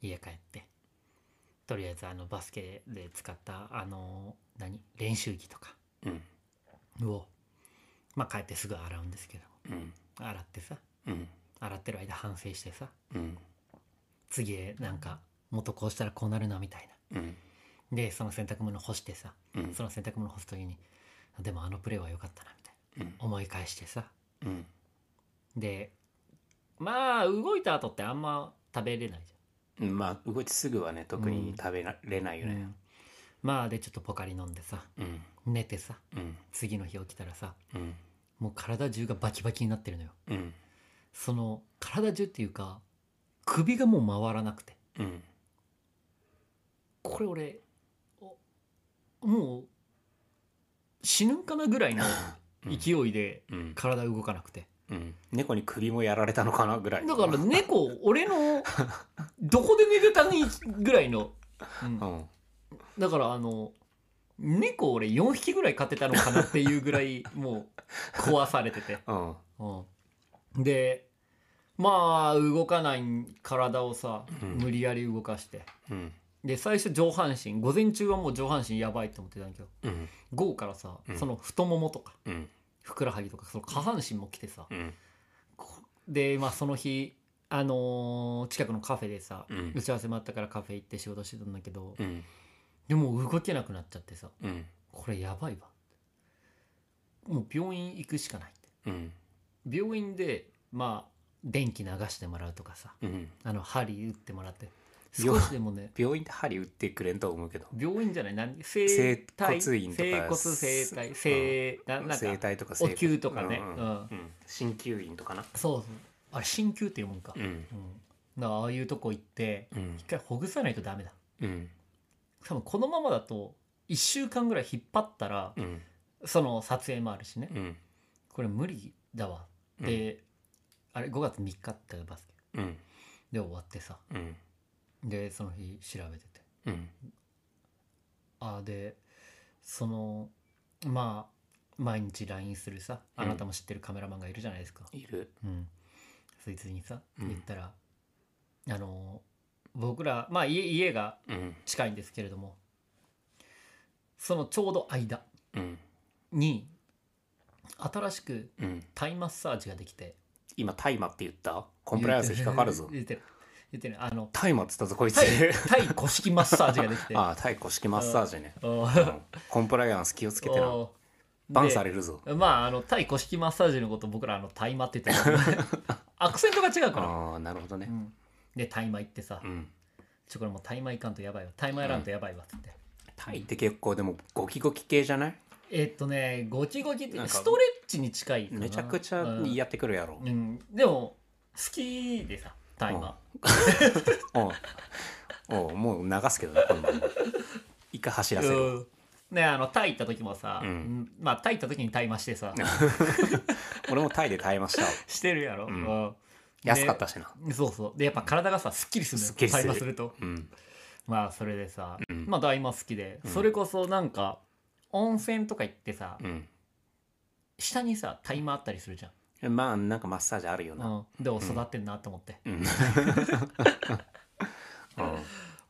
C: 家帰ってとりあえずあのバスケで使ったあの何練習着とか
B: うん
C: をまあ帰ってすぐ洗うんですけど
B: うん
C: 洗ってさ
B: うん
C: 洗ってる間反省してさ
B: うん
C: 次へなんかもっとこうしたらこうなるなみたいな
B: うん
C: でその洗濯物干してさ
B: うん
C: その洗濯物干す時にでもあのプレーは良かったなみたい
B: うん
C: な思い返してさ
B: うん
C: でまあ動いた後ってあんま食べれないじ
B: うんまあ動いてすぐはね特に食べられない
C: ゃ
B: よ
C: ん、
B: ね
C: まあでちょっとポカリ飲んでさ
B: うん
C: 寝てさ
B: うん
C: 次の日起きたらさ
B: うん
C: もう体中がバキバキになってるのよ
B: うん
C: その体中っていうか首がもう回らなくて
B: うん
C: これ俺おもう死ぬんかなぐらいの勢いで
B: うん
C: 体動かなくて
B: うん猫に首もやられたのかなぐらい
C: だから猫俺のどこで寝てたにぐらいの、うん
B: うん
C: だからあの猫俺4匹ぐらい飼ってたのかなっていうぐらいもう壊されてて、
B: うん
C: うん、でまあ動かない体をさ
B: うん
C: 無理やり動かして、
B: うん
C: で最初上半身午前中はもう上半身やばいって思ってたんだけど
B: うん
C: 午後からさ、
B: うん
C: その太ももとか
B: うん
C: ふくらはぎとかその下半身も来てさ、
B: うん
C: こでまあその日あのー近くのカフェでさ、
B: うん
C: 打ち合わせもあったからカフェ行って仕事してたんだけど、
B: うん
C: でも動けなくなっちゃってさ
B: うん
C: これやばいわもう病院行くしかないって
B: うん
C: 病院でまあ電気流してもらうとかさ
B: うん
C: あの針打ってもらって
B: よ
C: 少しでもね
B: 病院で針打ってくれんと思うけど
C: 病院じゃない何整
B: 整
C: 体
B: 骨院とか
C: 整骨整体整ななん
B: 整
C: か
B: 体とか
C: お灸とかね
B: うん
C: うん
B: うん鍼灸院とかな
C: そうそうあれ鍼灸っていうもんか、
B: うん
C: うんだからああいうとこ行って
B: うん
C: 一回ほぐさないとダメだ
B: うん
C: 多分このままだと1週間ぐらい引っ張ったら
B: うん
C: その撮影もあるしね
B: うん
C: これ無理だわで、あれ5月3日だったよバスケ
B: うん
C: で終わってさ
B: うん
C: でその日調べてて
B: うん
C: あーでそのまあ毎日 LINE するさ
B: うん
C: あなたも知ってるカメラマンがいるじゃないですか、
B: いる
C: うん、そいつにさ
B: うん
C: 言ったら、あの僕らまあ家家が
B: うん
C: 近いんですけれどもそのちょうど間
B: うん
C: に新しく
B: うん
C: タイマッサージができて
B: 今大麻って言ったコンプライアンス引っかかるぞ
C: 言ってる言ってるあの
B: 大麻って言ったぞこいつ、
C: タイタイ古式マッサージができて
B: ああタイ古式マッサージね
C: お
B: う
C: ー
B: んコンプライアンス気をつけてな
C: おー
B: バンされるぞ
C: でまああのタイ古式マッサージのこと僕らあのタイマって言 ってたアクセントが違うから、
B: ああなるほどね
C: うんでタイマ行ってさ、
B: うん
C: ちょこれもうタイマ行かんとやばいわタイマやらんとやばいわっつって、
B: タイって結構でもゴキゴキ系じゃない
C: えっとねゴキゴキって
B: なんか
C: ストレッチに近いかな
B: めちゃくちゃやってくるやろ
C: うん、うんでも好きでさタイマ
B: おうおうもう流すけどな今度はもう一回走らせる
C: うんねあのタイ行った時もさ、
B: うん
C: うんまあタイ行った時にタイマしてさ
B: 俺もタイで耐えましたわ
C: してるやろ、
B: うん
C: うん
B: 安かったしな
C: でそうそうでやっぱ体がさすっきりするの
B: す
C: よ
B: っきりす
C: タ
B: る
C: イマすると
B: うん
C: まあそれでさ、
B: うん
C: まあ大麻好きで、
B: うん
C: それこそなんか温泉とか行ってさ、
B: うん
C: 下にさタイマーあったりするじゃん、
B: まあなんかマッサージあるよな
C: うん、でお育ってんなと思って、
B: うん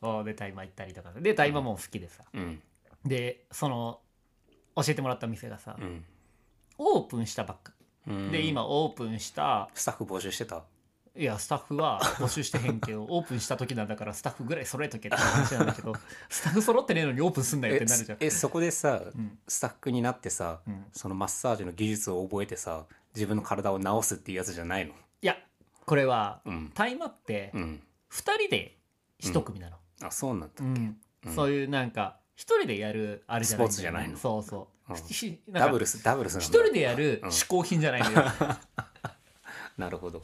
C: おでタイマー行ったりとかでタイマーも好きでさ、
B: うん
C: でその教えてもらった店がさ、
B: うん
C: オープンしたばっか
B: うん
C: で今オープンした
B: スタッフ募集してた
C: いやスタッフは募集してへんけ どオープンした時なんだからスタッフぐらい揃えとけって話なんだけどスタッフ揃ってねえのにオープンすんなよっ
B: え
C: てなるじゃん
B: えそこでさ
C: うん
B: スタッフになってさ
C: うん
B: そのマッサージの技術を覚えてさ自分の体を治すっていうやつじゃない
C: い
B: の
C: やこれは
B: うん
C: タイマーって
B: うん
C: 2人で1組なの、
B: あそうなんだ
C: うん
B: うん
C: そういうなんか一人でやるあれじゃないんだよね
B: スポーツじゃないの
C: そうそう、
B: うん
C: ひなんか
B: ダブルスダブルスなんだ
C: 一人でやる
B: うん
C: 嗜好品じゃないのよ、
B: なるほど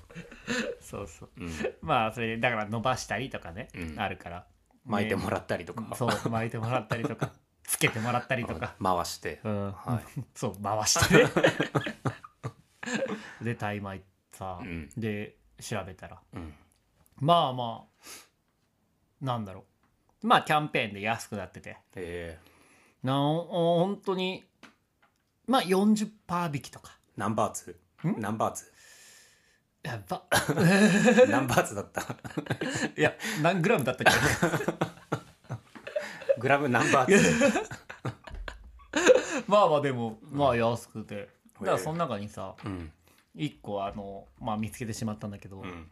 C: そうそう
B: うん
C: まあそれでだから伸ばしたりとかね、
B: うん
C: あるから
B: 巻いてもらったりとか
C: そう巻いてもらったりと かつけてもらったりとか、
B: 回して
C: うん
B: は
C: そう回して ねでタイマイさ、
B: いうん
C: で調べたら
B: うん
C: まあまあなんだろうまあキャンペーンで安くなってて
B: えー
C: なおお本当にまあ40%引きとか
B: ナンバー2
C: ん
B: ナンバー
C: やっぱ
B: 2ナンバー2だった
C: いや何グラムだったっけ
B: グラムナンバー2
C: まあまあでもまあ安くてだからその中にさ
B: うん
C: 1個あの、まあ、見つけてしまったんだけど、
B: うん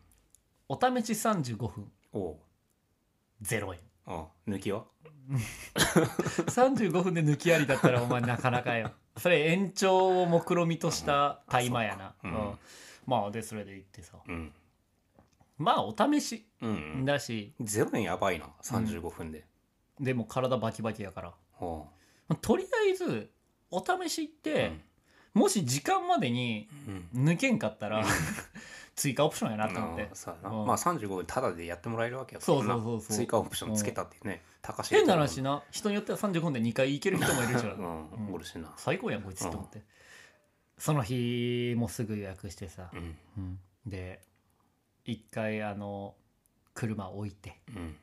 C: お試し35分
B: おう
C: 0円
B: あ抜きは
C: 35分で抜きありだったらお前なかなかよそれ延長を目論みとした大麻やな、
B: うん
C: うんまあでそれで行ってさ
B: うん
C: まあお試し
B: うん
C: だし、
B: ゼロ円やばいな35分で
C: でも体バキバキやから
B: おう
C: とりあえずお試し行って、もし時間までに
B: うん
C: 抜けんかった
B: う
C: ら
B: ん
C: 追加オプションやなと思って
B: あそうやな
C: うん
B: まあ35分タダでやってもらえるわけや
C: そうそ
B: ら
C: う
B: な
C: そうそう
B: 追加オプションつけたっていうね高橋
C: 変な話な人によっては35分で2回行ける人もいるじゃん
B: う
C: うん
B: んおるしな
C: 最高やんこいつと思ってその日もすぐ予約してさ
B: う、ん
C: うんで一回あの車置いて
B: うん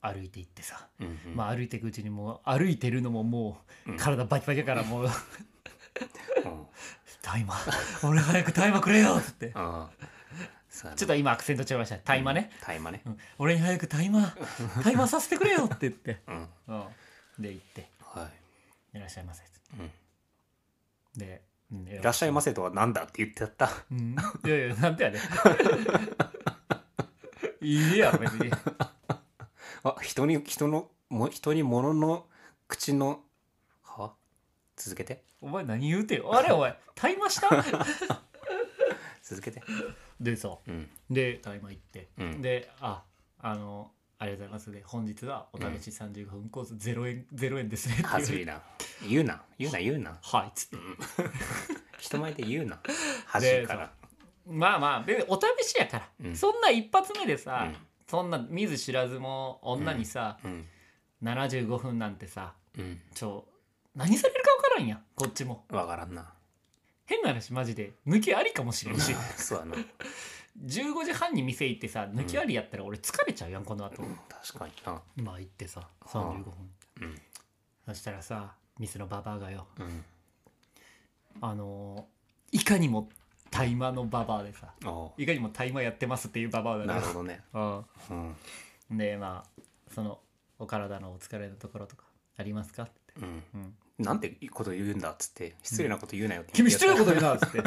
C: 歩いて行ってさ、
B: うんうん
C: まあ歩いていくうちにもう歩いてるのもも
B: う
C: うん体バキバキやからも う
B: うん
C: 「大麻俺早く大麻くれよ」っつって
B: ああそうやな
C: ちょっと今アクセント違いましたね大麻ね、
B: タイマね
C: うん俺に早く大麻大麻させてくれよって言って、
B: うん
C: うんで行って
B: は
C: 「いらっしゃいませ」つって
B: いうん
C: で、うん
B: いらっしゃいませとはなんだって言ってやった
C: うん、いやいや、なんてやね。 いいや、別に。
B: あ人に人のも人に物の口のは続けて
C: お前何言うてよ。あれ、お前、タイマした
B: 続けて
C: でさ、
B: うん
C: で、タイマ行って。
B: うん
C: で、あ、あの、ありがとうございますで、本日はお試し35分コース0円、0円ですねって言わ
B: は
C: れて
B: ずいな言うな言うな言うな
C: はい、つって。
B: 人前で言うな恥ずいから
C: まあまあ、別にお試しやから。
B: うん
C: そんな一発目でさ、
B: うん
C: そんな見ず知らずも女にさ、
B: うん
C: 75分なんてさ、
B: うん
C: ちょ、何されるか分からんやん、こっちも。
B: わからんな
C: 変な話マジで抜きありかもしれんし
B: そうやな
C: 15時半に店行ってさ抜きありやったら俺疲れちゃうやんこの後、
B: 確かにな
C: まあ行ってさ35分、
B: うん
C: そしたらさ店のババアがよ
B: うん
C: あのーいかにも大麻のババアでさ
B: あ
C: いかにも大麻やってますっていうババア
B: あ
C: だ
B: なる
C: か
B: ほどね
C: ら
B: うん
C: うんでまあそのお体のお疲れのところとかありますかって、
B: うん
C: うん、
B: なんてこと言うんだっつって失礼なこと言うなよって
C: 君失礼なこと言うなっつ って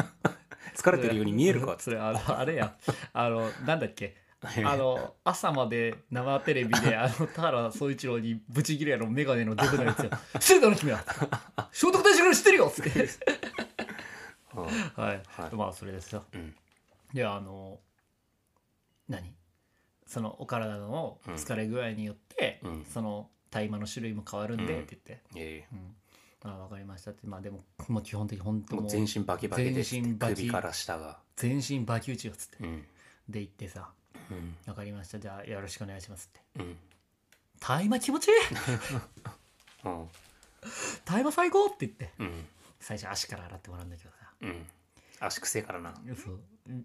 B: 疲れてるように見えるかっつ
C: そ
B: って
C: れあのあれやあのなんだっけあの朝まで生テレビ であの田原総一郎にブチギレやのメガネのデブのやつよ 「失礼だな君は聖徳太子ぐらい知ってるよ」っつって、
B: うん
C: はい
B: はい
C: まあそれですよ
B: うん
C: であの何そのお体の疲れ具合によって、
B: うん
C: その大麻の種類も変わるんで
B: う
C: っ
B: ん
C: て言って
B: いやいや
C: 「うんあ分かりました」ってまあでももう基本的に本当
B: も
C: も
B: う
C: う
B: 全身バキバキで
C: 全身バキ
B: 首から下が
C: 全身バキ打ちよっつって
B: うん
C: で行ってさ
B: うん
C: 「分かりましたじゃあよろしくお願いします」って
B: うん
C: 「大麻気持ちいい
B: うん
C: 大麻最高!」って言って
B: うん
C: 最初足から洗ってもらうんだけどさ
B: うん足くせえからな
C: そう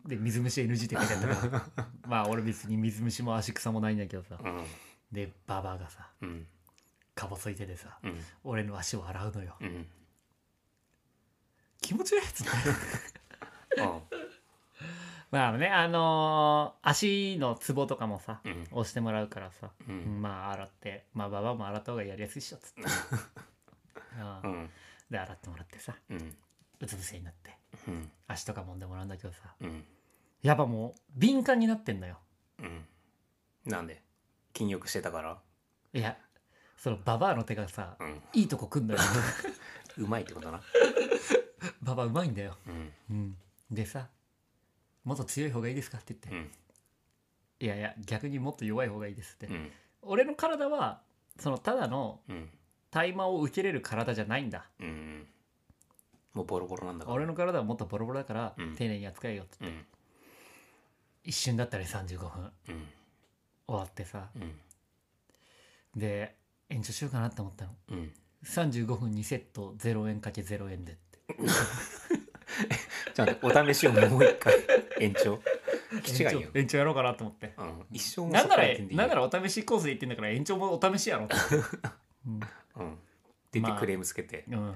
C: で水虫 NG って書いてあった からまあ俺別に水虫も足草もないんだけどさ
B: うん
C: でババアがさ
B: うん
C: かぼそい手でさ
B: うん
C: 俺の足を洗うのよ
B: うん
C: 気持ちいいっつって
B: う
C: まあねあのー足のツボとかもさ
B: んうん
C: 押してもらうからさ、
B: うん
C: まあ洗ってまあババアも洗った方がやりやすいっしょっ つってあ
B: う
C: あ
B: ん
C: で洗ってもらってさ
B: うん
C: うつ伏せになって
B: うん
C: 足とか揉んでもらうんだけどさ
B: うん
C: やっぱもう敏感になってんのよ
B: うんなんで禁欲してたから
C: いやそのババアの手がさ
B: うん
C: いいとこ来 んだよ
B: うまいってことな
C: ババアうまいんだよ、
B: うん
C: でさ「もっと強い方がいいですか?」って言って「
B: うん
C: いやいや逆にもっと弱い方がいいです」って、
B: うん
C: 俺の体はそのただの
B: うん
C: 大麻を受けれる体じゃないんだ
B: うんもうボロボロなんだから
C: 俺の体はもっとボロボロだから、
B: うん
C: 丁寧に扱えよって
B: う
C: 言って、
B: ん
C: 一瞬だったり35分
B: うん
C: 終わってさ
B: うん
C: で延長しようかなって思ったの
B: うん
C: 35分2セット0円かけ0円でって
B: じゃあお試しをもう一回 延長気違いよ
C: 延長延長やろうかなと思って
B: うん一生も
C: なんならなんな
B: ら
C: らお試しコースで行ってんだから延長もお試しやろ って、うん
B: うん出てクレームつけて
C: うん、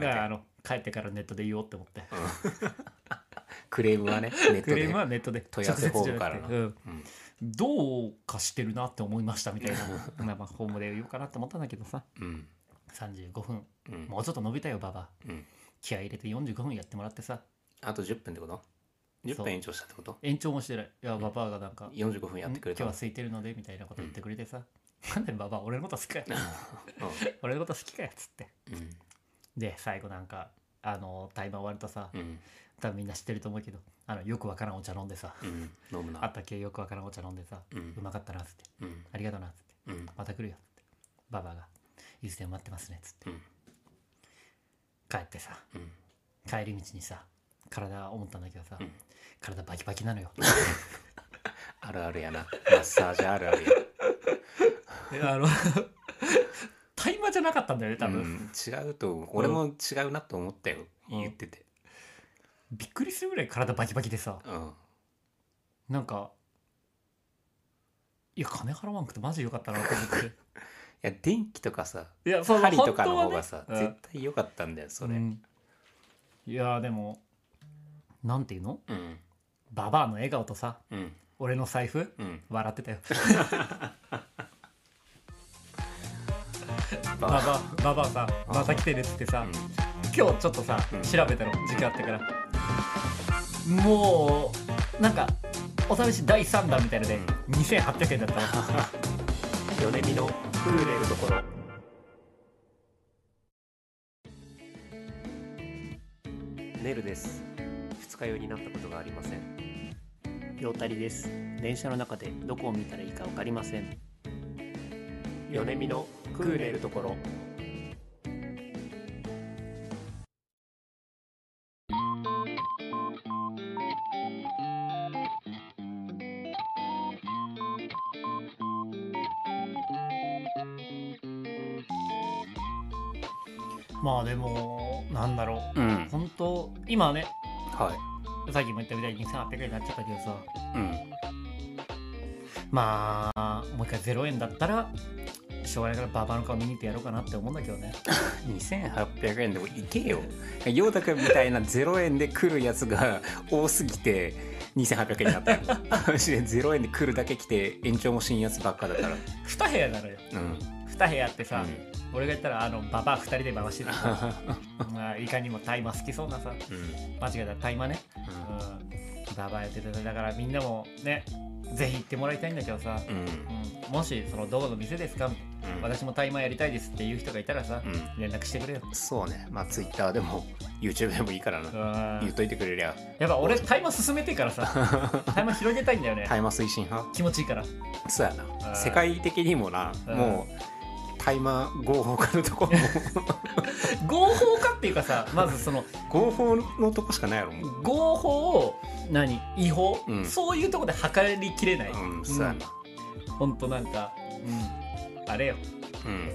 C: だ
B: れ
C: からあ
B: て
C: の帰ってからネットで言おうって思って
B: クレームはねネット
C: クレーム
B: で
C: はネットで
B: 問い合わせフォームから
C: 直
B: な
C: 接じゃなくて
B: うん
C: うんどうかしてるなって思いましたみたいな まあまあホームで言おうかなって思ったんだけどさ
B: うん
C: 35分
B: うん
C: もうちょっと伸びたよババ
B: うん
C: 気合い入れて45分やってもらってさ
B: あと10分ってこと
C: そ
B: ?10
C: う
B: 分延長したってこと
C: 延長もしてないいやババアがなんか
B: 45分やってくれ
C: 今日
B: た
C: は
B: の
C: 空いてるのでみたいなこと言ってくれてさ、なんでババア俺のこと好きかよ俺のこと好きかよっつって
B: うん
C: で最後なんかあのタイマー終わるとさ
B: うん
C: 多分みんな知ってると思うけどあのよくわからんお茶飲んでさ
B: うん飲む
C: あ
B: な
C: ったっけよくわからんお茶飲んでさ
B: うん
C: うまかったなっつって
B: うん
C: ありがとうなっつって
B: うん
C: また来るよっつってババアが「いつでも待ってますね」っつって、
B: うん
C: 帰ってさ
B: うん
C: 帰り道にさ体思ったんだけどさ、
B: うん
C: 体バキバキなのよ
B: あるあるやな。マッサージあるあるや。
C: で あのタイマーじゃなかったんだよね多分、
B: うん違うと思う、俺も違うなと思ったよ。
C: うん
B: 言ってて。
C: びっくりするぐらい体バキバキでさ
B: うん。
C: なんかいや金払わんくてマジ良かったなと思って
B: いや、電気とかさ、
C: いやそう
B: 針とかの方が
C: 本
B: さ、
C: 当はね
B: 絶対良かったんだよ、それ。
C: う
B: うん。
C: んいやでもなんていうのババアの笑顔とさ
B: うん。
C: 俺の財布
B: うん。
C: 笑ってたよ
B: バ
C: ババ
B: バ
C: アババアさまた来てるっつってさ、
B: うん
C: 今日ちょっとさ
B: うん
C: 調べたの時間あったからもうなんかお試し第3弾みたいので2800円だ ったの
B: 米見のプーレルところネルです二日酔いになったことがありません
F: 両たりです電車の中でどこを見たらいいか分かりません
B: 米見のクーレルところ
C: まあでもなんだろ
B: うん
C: う本当今ね
B: は
C: さっきも言ったみたいに2800円になっちゃったけどさ
B: いうん
C: まあもう一回0円だったらしょうがないからババアの顔見に行ってやろうかなって思うんだけどね
B: 2800円でもいけよ陽太くんみたいな0円で来るやつが多すぎて2800円になったよマジで0円で来るだけ来て延長もしんやつばっかだから
C: 2部屋なのよ
B: うん
C: 2部屋あってさ、
B: うん
C: 俺が言ったらあのババア2人で回してたまあいかにも大麻好きそうなさ
B: うん
C: 間違えた大麻ねうんババアやってただからみんなもねぜひ行ってもらいたいんだけどさ、
B: うん
C: うん、もしそのどこの店ですかみたいな
B: うん
C: 私もタイマーやりたいですっていう人がいたらさ、
B: うん
C: 連絡してくれよ、
B: そうねまあ Twitter でも YouTube でもいいから
C: うん、
B: な、言っといてくれりゃ
C: やっぱ俺タイマー進めてからさタイマー広げたいんだよね
B: 大麻推進派
C: 気持ちいいから
B: そうや
C: う
B: なん世界的にもな
C: うん
B: もう大麻合法化のとこも
C: 合法化っていうか さまずその
B: 合法のとこしかないやろもう
C: 合法を何違法、
B: うん
C: そういうとこで測りきれない、
B: うんそうやな
C: ほんとなんか、うん、あれよ
B: うん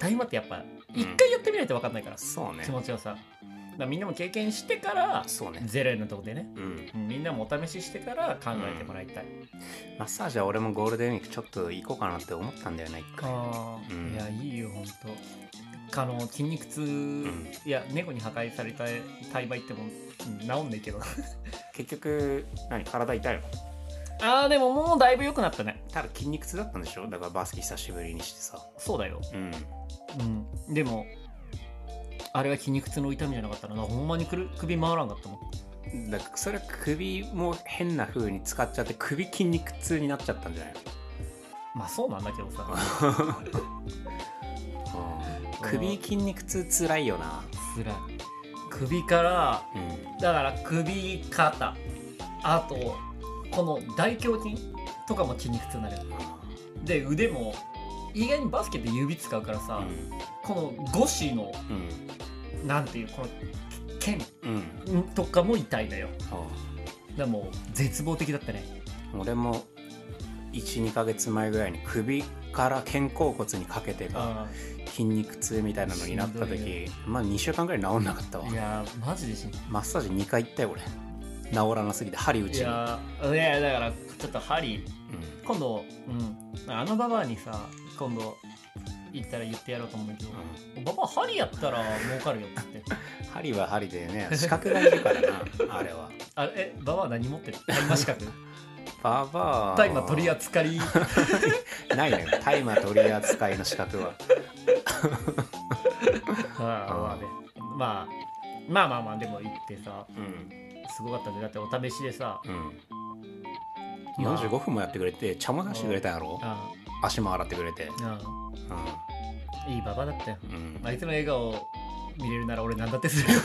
C: タイマーってやっぱ
B: うん
C: 一回やってみないと分かんないから、
B: そうね
C: 気持ちよさだからみんなも経験してから
B: そうね
C: ゼロ円のとこでね
B: うん
C: うんみんなもお試ししてから考えてもらいたい、
B: マッサージは俺もゴールデンウィークちょっと行こうかなって思ったんだよね一回
C: あー
B: うん
C: いやいいよほんとあの筋肉痛、
B: ん
C: いや猫に破壊された体媒ってもうん治んないけど
B: 結局何体痛いの
C: あーでももうだいぶ良くなったね
B: ただ筋肉痛だったんでしょだからバスケ久しぶりにしてさ
C: そうだよ
B: うん
C: うんでもあれは筋肉痛の痛みじゃなかったらなほんまにくる首回らんかったもん
B: だからそれは首も変な風に使っちゃって首筋肉痛になっちゃったんじゃないの
C: まあそうなんだけど さ
B: 首筋肉痛つらいよな
C: 辛い首から
B: うん
C: だから首肩あとこの大胸筋とかも筋肉痛になるで腕も意外にバスケって指使うからさ、この五指の
B: うん
C: なんていうこの剣
B: うん
C: とかも痛いのよ
B: あ
C: だからもう絶望的だったね
B: あ俺も12ヶ月前ぐらいに首から肩甲骨にかけてが
C: あ
B: 筋肉痛みたいなのになっ
C: し
B: た
C: んどい
B: 時まあ2週間ぐらい治んなかったわ
C: いやーマジでしんどい
B: マッサージ2回行ったよ俺治らなすぎて針打
C: い
B: ちに
C: やーいやだからちょっと針
B: うん
C: 今度、うん、あのババアにさ今度行ったら言ってやろうと思うんだけど、ババア針やったら儲かるよって言って
B: 針は針でね資格がいるからな あれは
C: あれえババア何持ってる大麻資格
B: ババア
C: 大麻取り扱 い
B: ないのよ大麻取り扱いの資格は
C: あーまあねまあまあまあまあでも行ってさ
B: うん
C: すごかったねだってお試しでさ
B: うん
C: まあ
B: 45分もやってくれて茶も出してくれたやろ
C: あ
B: 足も洗ってくれて
C: ーあーいいババアだったよ
B: うん、うん
C: あいつの笑顔見れるなら俺何だってするよ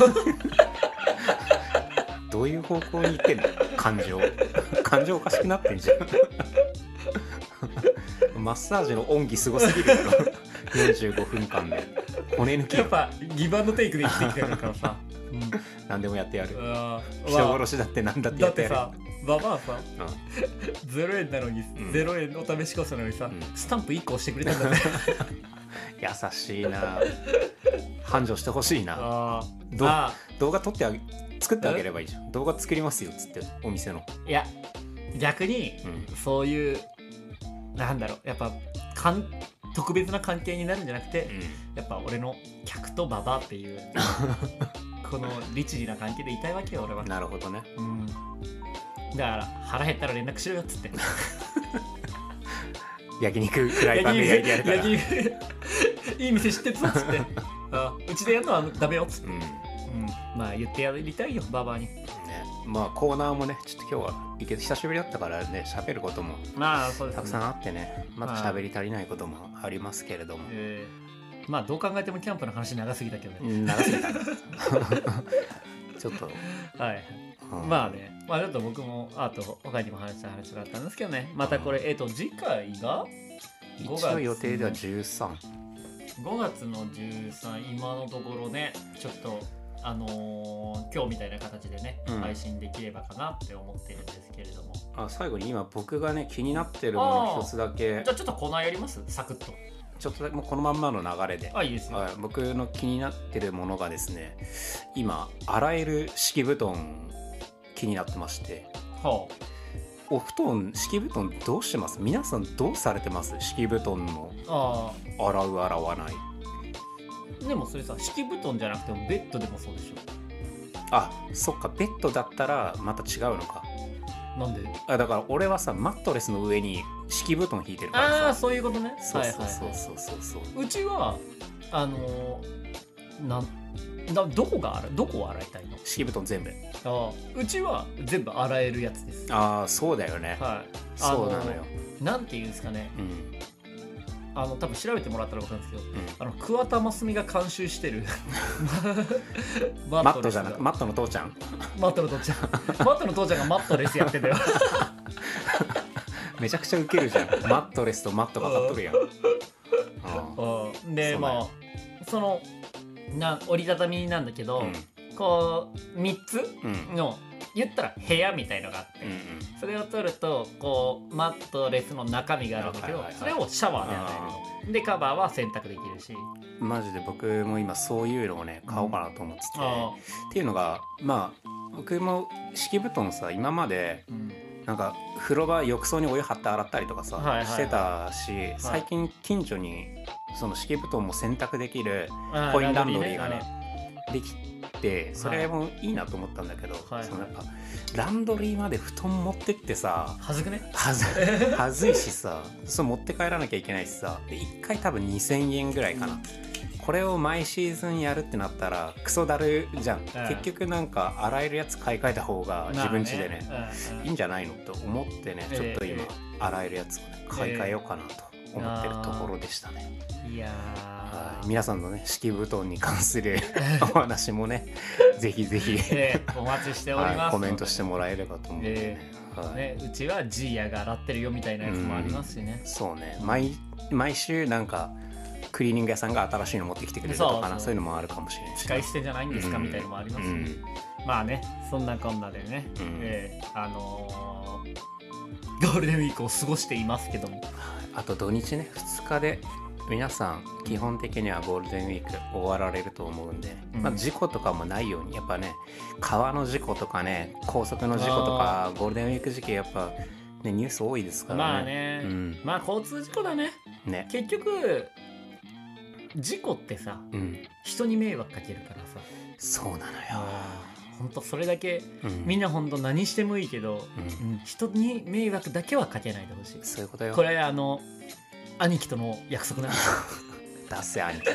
B: どういう方向に行ってんの感 情感情おかしくなってん じゃんマッサージの恩義すごすぎるよ45分間で骨抜き
C: やっ
B: よ
C: ぱギブアンドテイクで生きてきてるからさ
B: 何でもやってやる
C: あー
B: 人
C: ま
B: 殺しだってなんだっ
C: あ
B: て
C: だ
B: や
C: っ
B: っ
C: て
B: てやる
C: さババアさ
B: うん
C: 0円なのに
B: ん
C: 0円お試しコースなのにさ、
B: うん
C: スタンプ1個押してくれたんだね
B: 優しいな繁盛してほしいな
C: あ
B: どう
C: あ
B: 動画撮ってあげ作ってあげればいいじゃん動画作りますよっつってお店の、
C: いや逆に
B: うん、
C: そういうなんだろうやっぱかん特別な関係になるんじゃなくて、やっぱ俺の客とババアっていう この律儀な関係でいたいわけよ俺は、
B: なるほどね
C: うん、だから腹減ったら連絡しろよっつって
B: 焼肉フライパンで焼いてやるから
C: 焼肉焼肉いい店知ってるぞっつ ってあうちでやるのはダメよっつって、
B: うんね
C: うん、まあ言ってやりたいよババアに
B: まあコーナーもねちょっと今日はいけ久しぶりだったからね喋ることも
C: まあそうです、ね、
B: たくさん
C: ん、
B: あってねまだ喋り足りないこともありますけれども
C: えーまあどう考えてもキャンプの話長すぎだけど
B: う
C: ね、
B: ん長す ぎたちょっと、
C: はい
B: うん
C: まあねまあちょっと僕もあと他にも話した話があったんですけどねまたこれえっ、と次回が5
B: 一応予定では13
C: 5月の13今のところねちょっとあのー今日みたいな形でね、
B: うん
C: 配信できればかなって思ってるんですけれどもじ
B: あ最後に今僕がね気になってるもの一つだけ
C: ゃあちょっとコーナーやりますサクッと
B: ちょっとだけもうこのまんまの流れで、
C: あいいですよ、
B: はい、僕の気になってるものがですね今あらゆる敷布団気になってまして
C: は
B: お布団敷布団どうしてます皆さんどうされてます敷布団の
C: あ、あ
B: 洗う洗わない
C: ーでもそれさ敷布団じゃなくてもベッドでもそうでし
B: あそっかベッドだったらまた違うのか
C: ょなんで
B: あだから俺はさマットレスの上に敷布団引いてるから
C: ああ
B: さ
C: そういうことね
B: そう
C: はい
B: そ
C: は
B: う
C: いは
B: そう
C: い
B: そうそうそう
C: うちはあのーなんなどこが洗いどこを洗いたいの
B: 敷布団全部
C: あーうちは全部洗えるやつです
B: ああそうだよね
C: はいあ
B: そうなのよ、
C: なんていうんですかね
B: うん
C: あの多分調べてもらったら分かるんですけど
B: うん
C: あの桑田真澄が監修して るマ
B: マットじゃな
C: レス
B: く
C: が
B: マットの父ちゃん
C: マットの父 ちゃんマットの父ちゃんがマットレスやってたよ
B: めちゃくちゃウケる じゃんマットレスとマットがかっとるやん あ
C: うんで
B: そうなんや
C: まあそのな折りたたみなんだけ
B: あ
C: ど、
B: うん
C: こう3つ
B: うん
C: の言ったら部屋みたいのがあって、
B: うん
C: それを取るとこうマットレスの中身があるんだけど、
B: はいはいはい
C: それをシャワーで洗えるのでカバーは洗濯できるし
B: うんマジで僕も今そういうのをね買おうかなと思ってて、
C: あ
B: っていうのがまあ僕も敷布団さ今まで
C: ー、うん
B: なんか風呂場浴槽にお湯張って洗ったりとかさ、
C: はいはい
B: してたし最近近所にその敷布団も洗濯できる
C: あ
B: コインランドリーがね
C: ランドリー
B: できてそれもいいなと思ったんだけど、
C: はい
B: そのやっぱランドリーまで布団持ってってさ
C: はずく ね
B: はずはずいしさそう持って帰らなきゃいけないしさで1回多分2,000円ぐらいかなこれを毎シーズンやるってなったらクソだるじゃん、結局なんか洗えるやつ買い替えた方が自分家 でね,、
C: まあうんうん
B: いいんじゃないのと思ってね
C: ええ
B: ちょっと今、
C: え
B: 洗えるやつをね買い替えようかなと思ってるところでしたね、
C: いや
B: はい
C: ー
B: 皆さんのね敷布団に関 するお話もねぜひぜひ、
C: ええお待ちしております、
B: はい、コメントしてもらえればと思うんでね、
C: え
B: はい
C: ね、うちはジーヤが洗ってるよみたいなやつもありますしね、
B: そうね毎毎週なんかクリーニング屋さんが新しいの持ってきてくれるとかなそう
C: そうそう
B: いうのもあるかもしれないし
C: 使い捨てじゃないんですか、
B: うん
C: みたいなのもあり
B: う
C: ますし、ね
B: ん
C: まあねそんなこんなでね、
B: うん
C: ええあのーゴールデンウィークを過ごしていますけども
B: あと土日ね2日で皆さん基本的にはゴールデンウィーク終わられると思うんで、
C: うん
B: まあ、事故とかもないようにやっぱね川の事故とかね高速の事故とかゴールデンウィーク時期やっぱ、ね、ニュース多いですからね。
C: まあね、
B: うん
C: まあ交通事故だね
B: ね
C: 結局事故ってさ
B: うん、
C: 人に迷惑かけるからさ
B: そうなのよ、
C: ほんとそれだけ
B: うん
C: みんなほんと何してもいいけど、
B: う
C: う
B: ん
C: ん人に迷惑だけはかけないでほしい
B: そういうことよ
C: これあの兄貴との約束なん です
B: 出せ兄 貴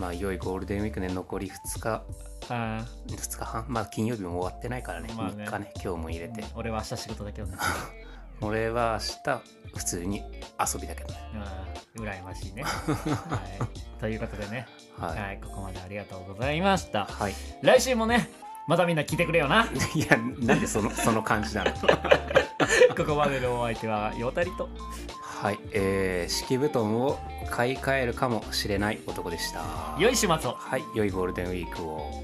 B: まあ良いゴールデンウィークね残り2日
C: あ
B: 2日半まあ金曜日も終わってないからね,、
C: まあね
B: 3日ね今日も入れて
C: ー俺は明日仕事だけどね
B: 俺は明日普通に遊びだけどね
C: あー羨ましいね、はい、ということでね、
B: はい
C: はい、ここまでありがとうございました
B: はい、 い、
C: 来週もねまたみんな聞いてくれよな
B: やなんでそのその感じなの
C: ここまでのお相手はよたりと
B: ははい、えー、敷布団を買い替えるかもしれない男でした。
A: 良い週末を
B: はい、良いゴールデンウィークを。